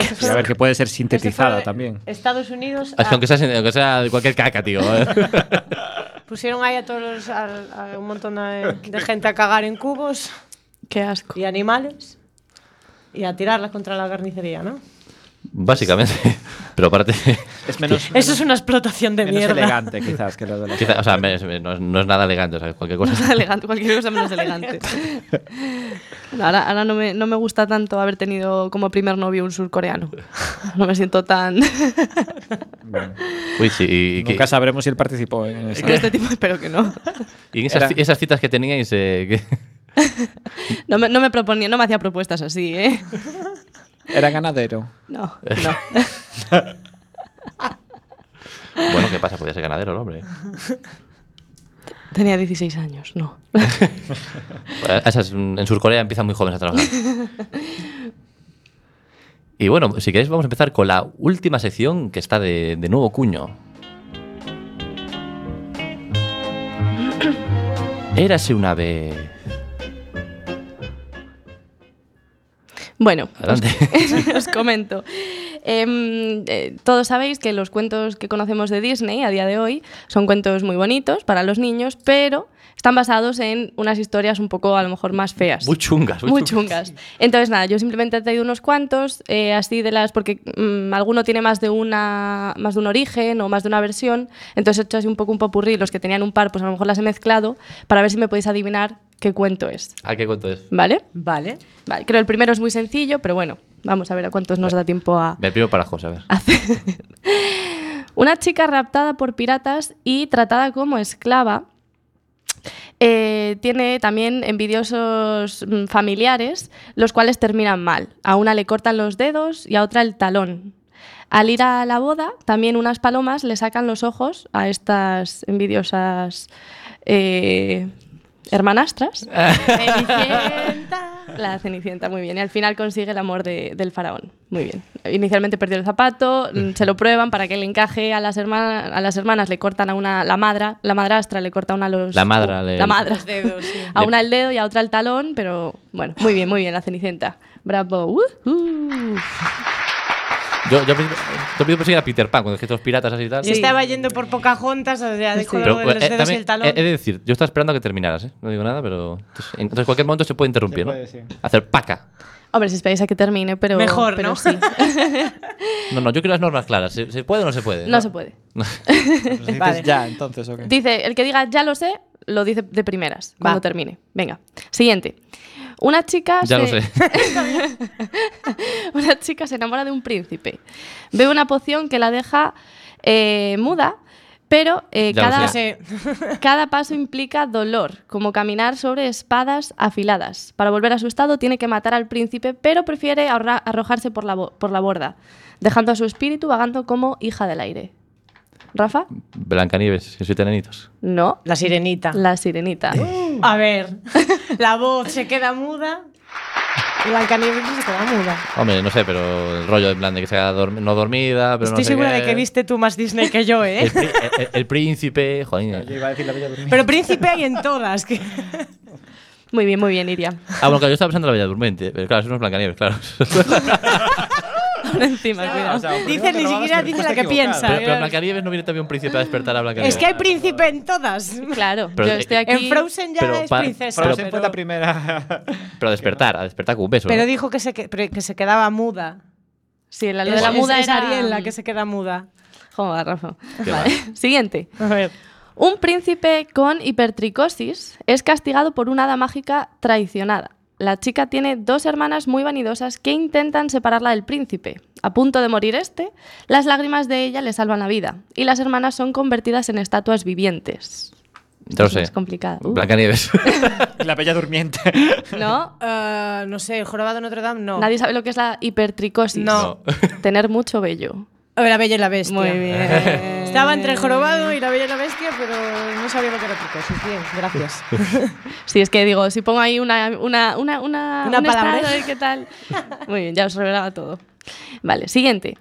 Y a ver, que puede ser
Este fue
sintetizada
de
también.
Estados Unidos
Es que
ah,
aunque, sea, aunque sea de cualquier caca, tío. ¿eh?
pusieron ahí a todos los- a- a un montón de, de gente a cagar en cubos
Qué asco. *laughs*
y animales y a tirarlas contra la carnicería, ¿no?
Básicamente. Pero aparte, *laughs*
Es menos,
*laughs* Eso es una explotación de
menos
mierda.
elegante, quizás, que lo de los.
quizá- o sea, me- me- no, es, no es nada elegante, o sea, cualquier cosa.
elegante, cualquier cosa menos elegante. No, ahora ahora no, me, no me gusta tanto haber tenido como primer novio un surcoreano. *laughs* No me siento tan... *laughs*
Uy, sí, y, y que-
Nunca sabremos si él participó en esa.
con este tipo espero que no.
y en esas,
Era-
ci- esas citas que teníais, eh, que-
No me, no me proponía, no me hacía propuestas así, ¿eh?
Era ganadero.
No, no.
bueno, ¿qué pasa? Podía ser ganadero el hombre.
Tenía 16 años, no.
Bueno, esas, mm, en Surcorea empiezan muy jóvenes a trabajar. *laughs* Y bueno, si queréis vamos a empezar con la última sección que está de, de nuevo *coughs* cuño. Érase una vez.
Bueno,
Adelante.
*laughs* os comento. Em, eh, todos sabéis que los cuentos que conocemos de Disney a día de hoy son cuentos muy bonitos para los niños, pero están basados en unas historias un poco a lo mejor más feas.
Muy chungas.
Muy chungas. Entonces, nada, yo simplemente he traído unos cuantos, eh, así de las, porque mm, alguno tiene más de, una, más de un origen o más de una versión, entonces he hecho así un poco un popurrí, los que tenían un par, pues a lo mejor las he mezclado, para ver si me podéis adivinar qué cuento es,
¿A Ah, qué cuento es?
¿vale?
Vale.
Vale, creo el primero es muy sencillo, pero bueno, vamos a ver a cuántos nos da tiempo a
Me primo para José, a ver.
hacer. Una chica raptada por piratas y tratada como esclava. eh, tiene también envidiosos mm, familiares, los cuales terminan mal. A una le cortan los dedos y a otra el talón. Al ir a la boda, también unas palomas le sacan los ojos a estas envidiosas eh, hermanastras. Cenicienta. La Cenicienta, muy bien. Y al final consigue el amor de- del faraón. Muy bien. Inicialmente perdió el zapato, mm, se lo prueban para que le encaje a las, herma- a las hermanas, le cortan a una, la madra, la madrastra le corta a una los...
La madra le-
Pues La madra. A *laughs*
Le-
una el dedo y a otra el talón, pero bueno, muy bien, muy bien, la Cenicienta. Bravo. Ujú.
Yo, yo, al principio- yo al principio pensé que era Peter Pan, cuando dije estos piratas así y tal.
Yo estaba yendo por Pocahontas, o sea, de
Sí.
juego de los
eh,
dedos y
también
el talón.
he- he de decir, yo estaba esperando a que terminaras, ¿eh? No digo nada, pero. Entonces, en entonces cualquier momento se puede interrumpir, ¿no? Hacer paca.
Hombre, si esperáis a que termine, pero...
Mejor,
pero
¿no?
sí.
*laughs*
No, no, yo quiero las normas claras. ¿Se, se puede o no se puede?
No se puede.
Nos Pues dices
Vale.
ya, entonces, ok.
Dice, el que diga ya lo sé, lo dice de primeras,
Va.
cuando termine. Venga. Siguiente. Una chica
Ya lo
se-
sé.
*laughs* una chica se enamora de un príncipe. Ve una poción que la deja eh, muda, pero eh,
Ya lo
cada,
No sé.
cada paso implica dolor, como caminar sobre espadas afiladas. Para volver a su estado tiene que matar al príncipe, pero prefiere ahorra- arrojarse por la, bo- por la borda, dejando a su espíritu vagando como hija del aire. ¿Rafa?
Blancanieves, que soy tenenitos.
No.
La sirenita.
La sirenita.
Eh.
A ver, la voz se queda muda. y Blancanieves pues, se queda muda.
Hombre, no sé, pero el rollo en plan de que sea dorm- no dormida, pero no
Estoy
sé
segura
qué.
de que viste tú más Disney que yo,
*laughs*
¿eh? *laughs*
El, pri- el- el- el príncipe, joder.
iba a decir la bella durmiente.
Pero príncipe hay en todas. que-
Muy bien, muy bien,
*laughs*
Iria.
Ah, bueno, claro, yo estaba pensando en la Bella Durmiente, pero claro, eso no es Blancanieves, claro.
Por encima, cuidado.
Dice, ni siquiera dice la que piensa.
Pero, pero Blancanieves no viene también un príncipe a despertar a Blancanieves.
Es que hay príncipe en todas.
Claro,
Pero,
yo
eh,
estoy aquí.
En Frozen ya
Pero
es
pa-
princesa.
Frozen
pero,
fue la primera. *laughs*
Pero a despertar, a despertar con un beso.
pero
¿no?
dijo que se, que, pero que se quedaba muda.
Sí, la, lo de la
Es-
muda
es,
era
Ariel la que se queda muda.
Joder, Rafa.
Qué
Vale. *laughs* Siguiente.
A ver.
Un príncipe con hipertricosis es castigado por una hada mágica traicionada. La chica tiene dos hermanas muy vanidosas que intentan separarla del príncipe. A punto de morir este, las lágrimas de ella le salvan la vida y las hermanas son convertidas en estatuas vivientes.
Ya lo
Es
sé.
más complicada. Uh.
Blancanieves. *laughs*
la bella durmiente.
¿No?
Eh, no sé, jorobado de Notre Dame, no.
Nadie sabe lo que es la hipertricosis.
No.
Tener mucho vello.
A ver, la Bella y la Bestia.
Muy bien.
*laughs* Estaba entre el jorobado y la Bella y la Bestia, pero no sabía lo que era tricosis. Bien,
*laughs*
gracias.
Sí, es que digo, si pongo ahí una, una, una, una,
Una
un
palabra.
estado, ¿eh? ¿Qué tal? Muy bien, ya os revelaba todo. Vale, siguiente.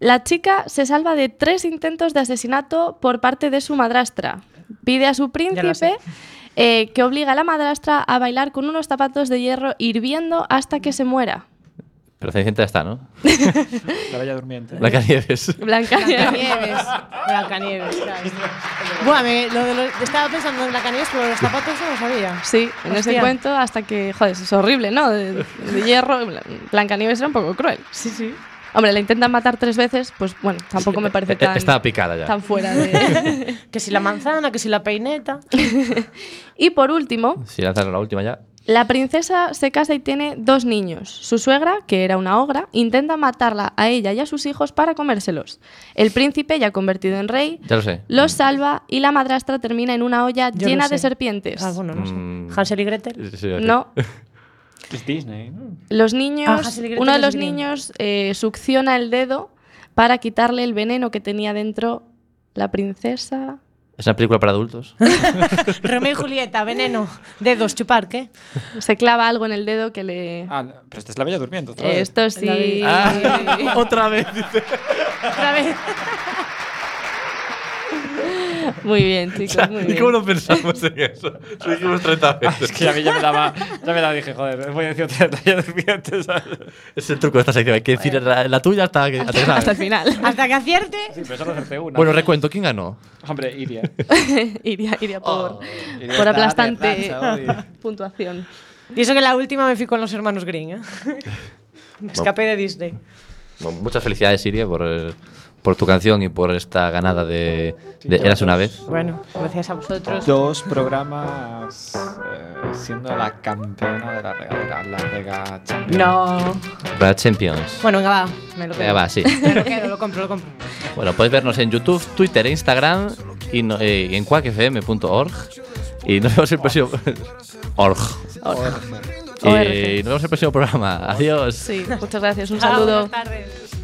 La chica se salva de tres intentos de asesinato por parte de su madrastra. Pide a su príncipe
sé.
eh, que obliga a la madrastra a bailar con unos zapatos de hierro hirviendo hasta que se muera.
Pero Cenicienta ya está, ¿no?
La bella durmiente.
Blancanieves.
Blanca
Blancanieves. Blancanieves, claro. Buah, me- lo de los- estaba pensando en Blancanieves, pero los zapatos no lo sabía.
Sí, en ese
Hostia.
cuento hasta que, joder, eso es horrible, ¿no? De, de hierro, Blancanieves era un poco cruel.
Sí, sí.
Hombre, la intentan matar tres veces, pues bueno, tampoco me parece
Eh,
tan,
Estaba picada ya.
tan fuera de...
Que si la manzana, que si la peineta.
*laughs* y por último,
Si lanzaron la última ya.
La princesa se casa y tiene dos niños. Su suegra, que era una ogra, intenta matarla a ella y a sus hijos para comérselos. El príncipe, ya convertido en rey,
Ya lo sé.
los salva y la madrastra termina en una olla
Yo
llena
no sé.
de serpientes.
Ah, bueno, no sé.
Mm.
Hansel y Gretel.
Sí, sí, sí.
No,
Es Disney, ¿no?
los niños,
Ah, Hansel y Gretel,
uno de
no sé
los
qué.
niños eh, succiona el dedo para quitarle el veneno que tenía dentro la princesa.
Es una película para adultos.
Romeo y Julieta, veneno, dedos, chupar, ¿qué?
Se clava algo en el dedo que le.
Ah, no, pero esta es la Bella Durmiente. otra vez.
Esto
La
sí.
de-
*laughs* Otra vez.
Otra vez.
Muy bien,
*laughs*
chicos. Pues Muy bien.
¿Cómo no pensamos en eso? Lo dijimos 30
Ah, es
veces.
que a mí ya me daba, ya me daba, dije, joder, voy a decir otra vez la Bella Durmiente, ¿sabes?
*laughs* Es el truco de esta sección. Hay que decir la, la tuya hasta que. hasta que
*laughs* Hasta el
sabes.
final.
*laughs* Hasta que acierte.
Sí, pero solo acerté una.
Bueno, recuento. ¿Quién ganó?
Hombre, Iria.
iría, iría por,
Iria
por
está
aplastante
de racha hoy.
puntuación.
Y eso que la última me fui con los hermanos Green, ¿eh? Me escapé de Disney.
Bueno, muchas felicidades, Siria, por, eh, por tu canción y por esta ganada de, de Eras una vez.
Bueno, gracias a vosotros.
Dos programas eh, siendo la campeona de la regadera, la rega champion.
No.
Para Champions.
Bueno, venga, va. Me lo quedo.
Ya va, sí.
Me lo quedo, lo compro, lo compro.
Bueno, podéis vernos en YouTube, Twitter e Instagram y, no- eh, y en quackfm.org. Y nos vemos el próximo. *laughs* Org.
ORG.
Y nos vemos el próximo programa. Adiós. *laughs*
Sí, muchas gracias. Un
Chao,
saludo.
buenas tardes.